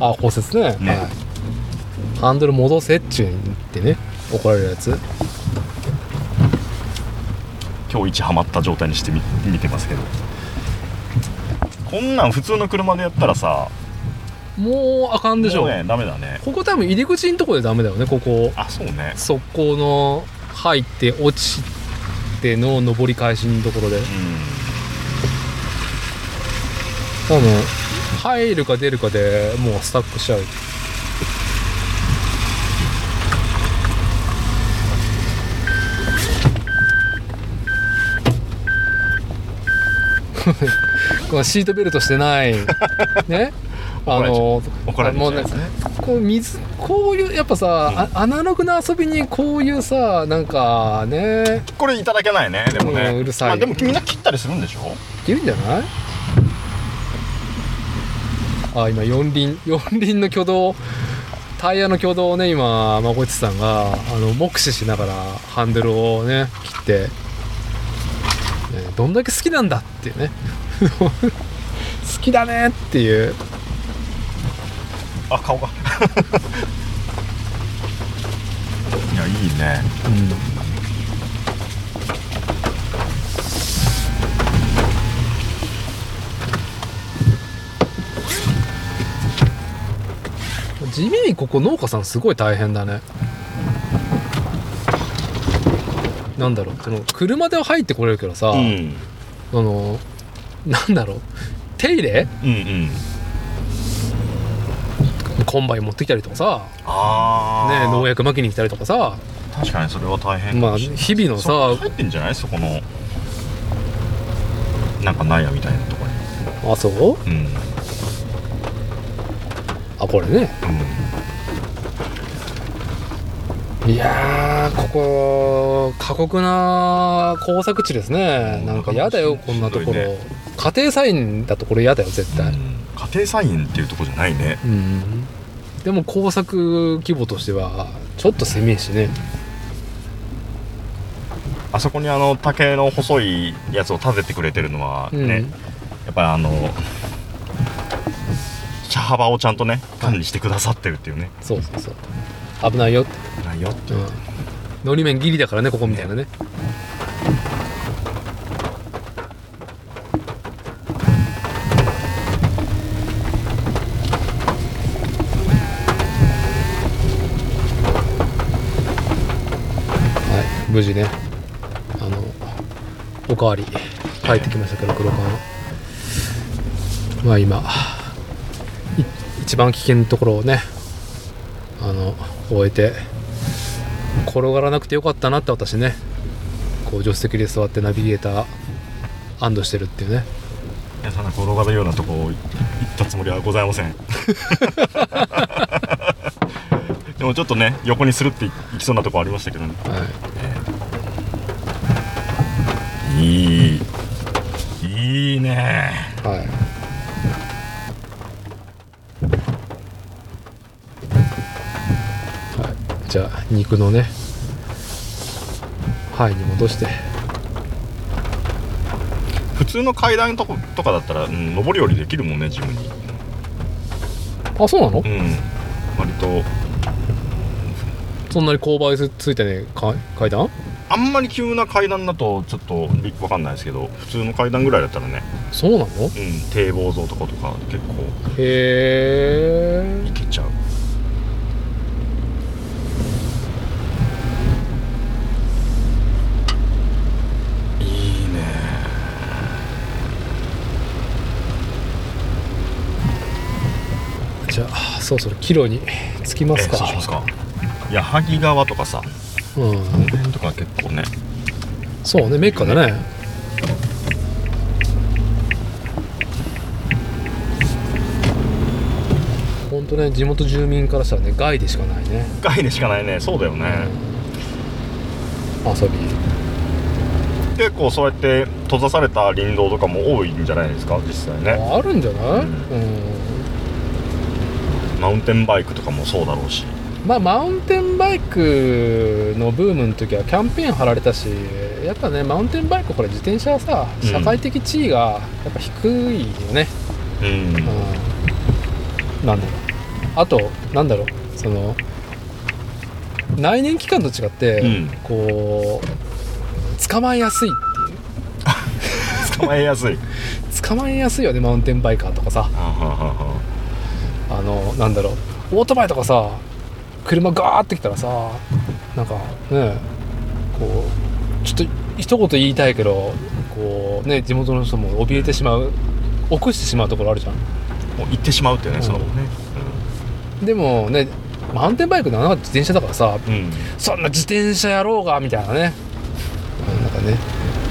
A: あ骨折ね
B: ね
A: はい、ハンドル戻せっちゅうんってね怒られるやつ
B: 今日一ハマった状態にしてみ見てますけどこんなん普通の車でやったらさ
A: もうあかんでしょ
B: もうねダメだね
A: ここ多分入り口のとこでダメだよねここ
B: あそうね
A: 速攻の入って落ちての上り返しのところで
B: う
A: 多分入るか出るかでもうスタックしちゃう このシートベルトしてないねあ
B: 怒られ
A: の
B: ちゃうん怒られちゃうやつ
A: もうね
B: ね
A: こう水こういうやっぱさ、あアナログな遊びにこういうさなんかね
B: これいただけないねでもね
A: うんうるさい
B: まあ、でもみんな切ったりするんでしょ
A: いけるんじゃないあ今四輪 四輪の挙動タイヤの挙動をね今まこっちさんがあの目視しながらハンドルをね切って、ねどんだけ好きなんだっていうね 好きだねっていう
B: あ顔が いやいいね
A: 地味にここ農家さんすごい大変だねなんだろうその車では入ってこれるけどさ、
B: う
A: あ
B: ん
A: のなんだろう手入れ
B: うんうん
A: コンバイン持ってきたりとかさ、
B: あ
A: ね、
B: あ
A: 農薬まきに来たりとかさ
B: 確かにそれは大変
A: ま
B: か
A: あ
B: もしれない
A: 日々の
B: そこ
A: さ
B: 入ってんじゃないそこのなんか納屋みたいなとこ
A: あそう
B: ろにうん、
A: あこれね
B: う
A: いやーここ過酷な工作地ですね
B: うん
A: なんか嫌だよこんなところ、
B: しんどいね
A: 家庭菜園だとこれ嫌だよ絶
B: ん
A: 対
B: 家庭菜園っていうとこじゃないね
A: うん、でも工作規模としてはちょっと狭いしね
B: あそこにあの竹の細いやつを立ててくれてるのは
A: うん
B: ね、やっぱりあの車幅をちゃんとね管理してくださってるっていうね
A: そうそうそう危ないよって、
B: ないよって
A: うん、のり面ギリだからねここみたいなねはい無事ねあのおかわり帰ってきましたけど黒缶まあ今い一番危険なところをねあの終えて転がらなくてよかったなって私ねこう助手席で座ってナビゲーター安堵してるっていうね
B: いやそんな転がるようなとこ行ったつもりはございませ んでもちょっとね横にするっていきそうなとこありましたけどね
A: はい
B: いいいいね
A: はい。はい、じゃあ肉のね灰に戻して
B: 普通の階段とことかだったら、うん、上り下りできるもんねジムに
A: あそうなの、
B: うん割と
A: そんなに勾配ついてねか階段
B: あんまり急な階段だとちょっとびわかんないですけど普通の階段ぐらいだったらね、
A: そうなのへ
B: うん、堤防像とかとか結構
A: え
B: いけちゃういいね
A: じゃあそろそろ帰路に着きま
B: え
A: すか
B: そうしますか矢作川とかさ
A: うん
B: この辺とか結構ね
A: そうねメッカだねほんとね地元住民からしたらね害でしかないね
B: 深いでしかないねそうだよね、
A: 遊び
B: 結構そうやって閉ざされた林道とかも多いんじゃないですか実際ね
A: あるんじゃない、う
B: うん
A: ん、
B: マウンテンバイクとかもそうだろうし
A: まあマウンテンバイクのブームの時はキャンペーン貼られたしやっぱねマウンテンバイクこれ自転車はさ
B: うん
A: 社会的地位がやっぱ低いよね、
B: うん
A: う ん、なんだろうあとなんだろうその内燃機関と違って、
B: うん
A: こう捕まえやすいっていう
B: 捕まえやすい
A: 捕まえやすいよねマウンテンバイカーとかさ
B: はんはんはんはん
A: あのなんだろうオートバイとかさ車ガーってきたらさなんかねこうちょっと一言言いたいけどこうね地元の人も怯えてしまう臆してしまうところあるじゃん
B: もう行ってしまうっていうねそのね
A: でもねマウンテンバイクのあの自転車だからさ
B: うん、うん
A: そんな自転車やろうがみたいなねうんなんかね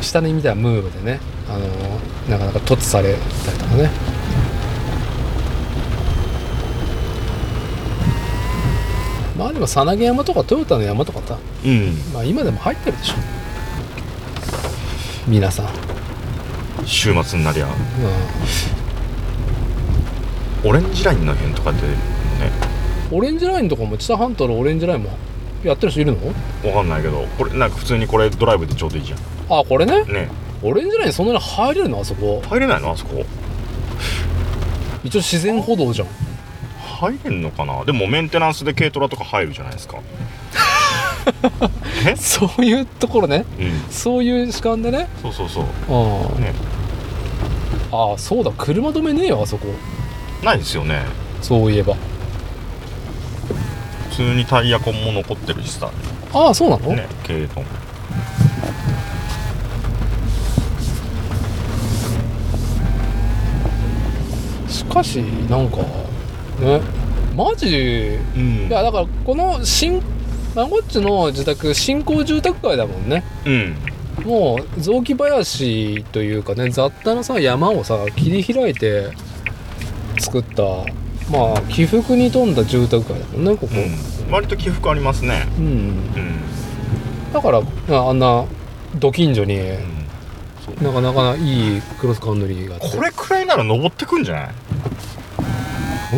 A: 下に見たムーブでねあのなかなか凸されたりとかねまあでもさなぎ山とかトヨタの山とかさ、
B: うん、
A: まあ、今でも入ってるでしょ皆さん、うん、
B: 週末になりゃオレンジラインの辺とかってね
A: オレンジラインとかも知多半島のオレンジラインもやってる人いるの
B: わかんないけどこれなんか普通にこれドライブでちょうどいいじゃん
A: あこれね
B: ね
A: オレンジラインそんなに入れるのあそこ
B: 入れないのあそこ
A: 一応自然歩道じゃん
B: 入れんのかなでもメンテナンスで軽トラとか入るじゃないですか え
A: そういうところね
B: うん
A: そういう主観でね
B: そうそうそう
A: あ
B: ね
A: あそうだ車止めねえよあそこ
B: ないですよね
A: そういえば
B: 普通にタイヤ痕も残ってるしさ
A: ああそうなの、
B: ね軽トン
A: しかしなんかねマジ
B: うん
A: いやだからこの新マゴッチの自宅新興住宅街だもんね
B: うん
A: もう雑木林というかね雑多なさ山をさ切り開いて作ったまあ起伏に富んだ住宅街だもんねここ、
B: うん割と起伏ありますね
A: うん、
B: うん、
A: だからああんなど近所に
B: うんそう
A: なかなかいいクロスカントリーがあって
B: これくらいなら登ってくんじゃない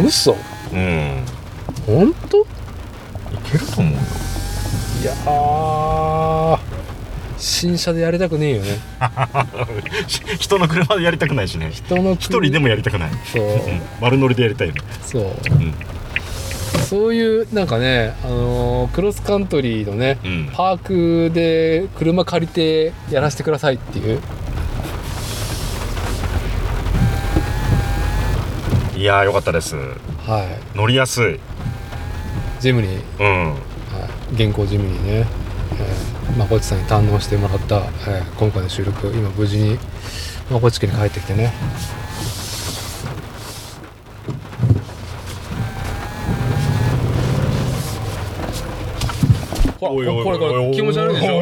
A: 嘘
B: うん
A: 本当
B: いける と思うよ
A: いやー新車でやりたくねえよね
B: 人の車でやりたくないしね
A: 人の
B: 一人で
A: も
B: もやりたくない、
A: そう
B: うん、丸乗りでやりたいよね
A: そう
B: うん
A: そういうなんかね、あのークロスカントリーのね
B: うん
A: パークで車借りてやらせてくださいっていう
B: いやーよかったです
A: は
B: 乗りやすい
A: いジムに、
B: うん
A: はい、現行ジムにね、えー、まこっちさんに堪能してもらった、えー今回の収録今無事にまこっち家に帰ってきてねほら
B: おいおい
A: これこ
B: おいお
A: れ
B: い
A: 気持ち悪いでし
B: お
A: ょ
B: お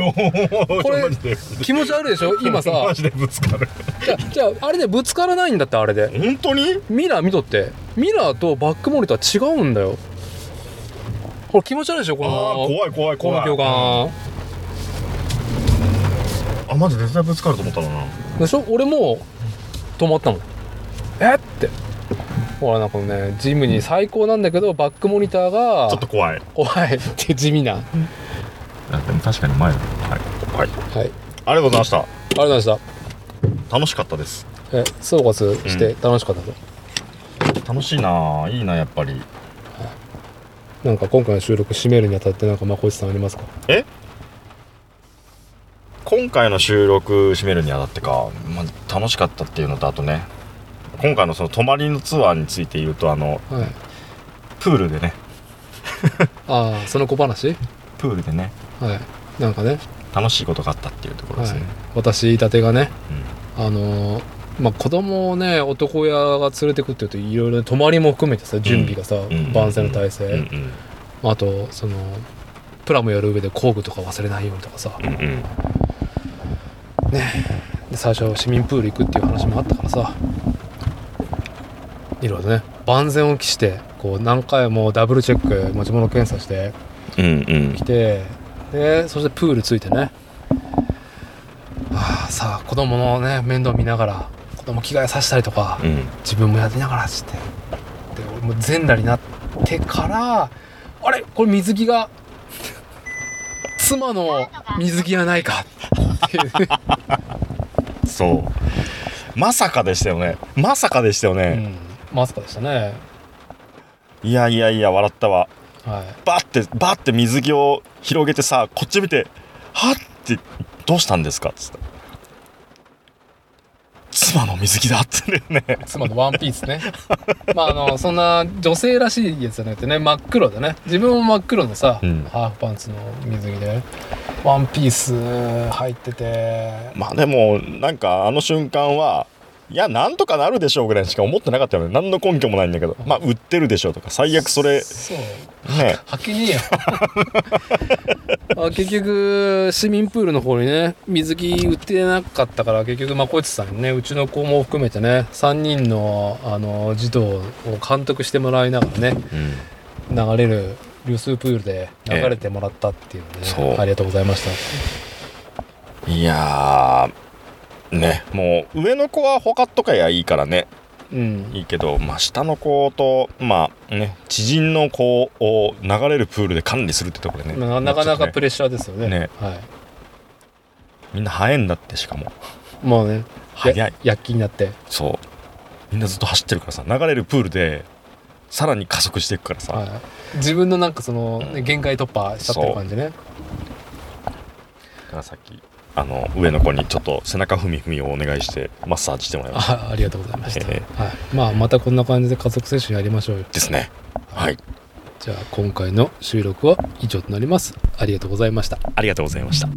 B: い
A: これ
B: マジで
A: 気持ち悪いでしょ今さ
B: マジでぶつかる
A: じゃあじゃああれでぶつからないんだってあれで
B: 本当に
A: ミラー見とってミラーとバックモニター違うんだよこれ気持ち悪いでしょこ
B: あ
A: の
B: あー怖い怖い
A: この
B: 怖い
A: 教官
B: あマジで絶対ぶつかると思ったのな
A: でしょ俺も止まったもんえってほらなんかねジムに最高なんだけどバックモニターが
B: ちょっと怖い
A: 怖いって地味なはい
B: あでも確かに前だはい、はい、あ
A: あり
B: りがとうございました
A: がとうございまし
B: 楽しかったです
A: たえ総括して楽しかったと、
B: 楽しいなあいいなやっぱり
A: なんか今回の収録締めるにあたってなんかまこいちさんありますか
B: え今回の収録締めるにあたってか、まあ、楽しかったっていうのとあとね今回のその泊まりのツアーについて言うとあの
A: はい
B: プールでね
A: ああその小話
B: プールでね
A: はいなんかね、
B: 楽しいことがあったっていうところ
A: はい
B: ですね、、
A: 私伊達がね
B: うん
A: あのーまあ、子供をね男親が連れてくっていうといろいろね泊まりも含めてさ準備がさ、
B: うん
A: 万全の体制、
B: うん
A: あとそのプラムやる上で工具とか忘れないようにとかさ
B: うんうんうん
A: で最初市民プール行くっていう話もあったからさいろいろね万全を期してこう何回もダブルチェック持ち物検査して
B: うんうん
A: 来てでそしてプールついてねはあさあ子供のね面倒見ながら子供着替えさせたりとか、
B: うん
A: 自分もやりながらしてで俺も全裸になってから あれこれ水着が妻の水着やないかっていうね、
B: そうまさかでしたよねまさかでしたよ
A: う
B: ね、
A: ん、まさかでしたね
B: いやいやいや笑ったわ
A: はい
B: バッてバッて水着を広げてさこっち見て「はっ」って「どうしたんですか?」っつって「妻の水着だ」ってね
A: 妻のワンピースねまああのそんな女性らしいやつじゃなくてね真っ黒でね自分も真っ黒のさ、
B: うん
A: ハーフパンツの水着でワンピース入ってて
B: まあでもなんかあの瞬間はいやなんとかなるでしょうぐらいしか思ってなかったよね何の根拠もないんだけどまあ売ってるでしょうとか最悪それ
A: そう
B: ね
A: はけねえよ あ結局市民プールの方にね水着売ってなかったから結局まあこいつさんにねうちの子も含めてね3人のあの児童を監督してもらいながらね
B: うん
A: 流れる流水プールで流れてもらったっていうので、
B: ええそう
A: ありがとうございました
B: いやーねもう上の子は他とかやいいからね
A: うん
B: いいけど、まあ、下の子と、まあね、知人の子を流れるプールで管理するってところでね
A: ななかなかプ
B: レ
A: レッシャーですよね
B: ね
A: はい
B: みんな早いんだってしかも
A: もうねや
B: 早い
A: 躍起になって
B: そうみんなずっと走ってるからさ流れるプールでさらに加速していくからさ、
A: はい自分のなんかその、ね限界突破しちゃってる感じね
B: だからさっきあの上の子にちょっと背中踏み踏みをお願いしてマッサージしてもらいました
A: あありがとうございました、
B: え
A: はい、まあまたこんな感じで家族接種やりましょうよ
B: ですねはい
A: じゃあ今回の収録は以上となりますありがとうございました
B: ありがとうございました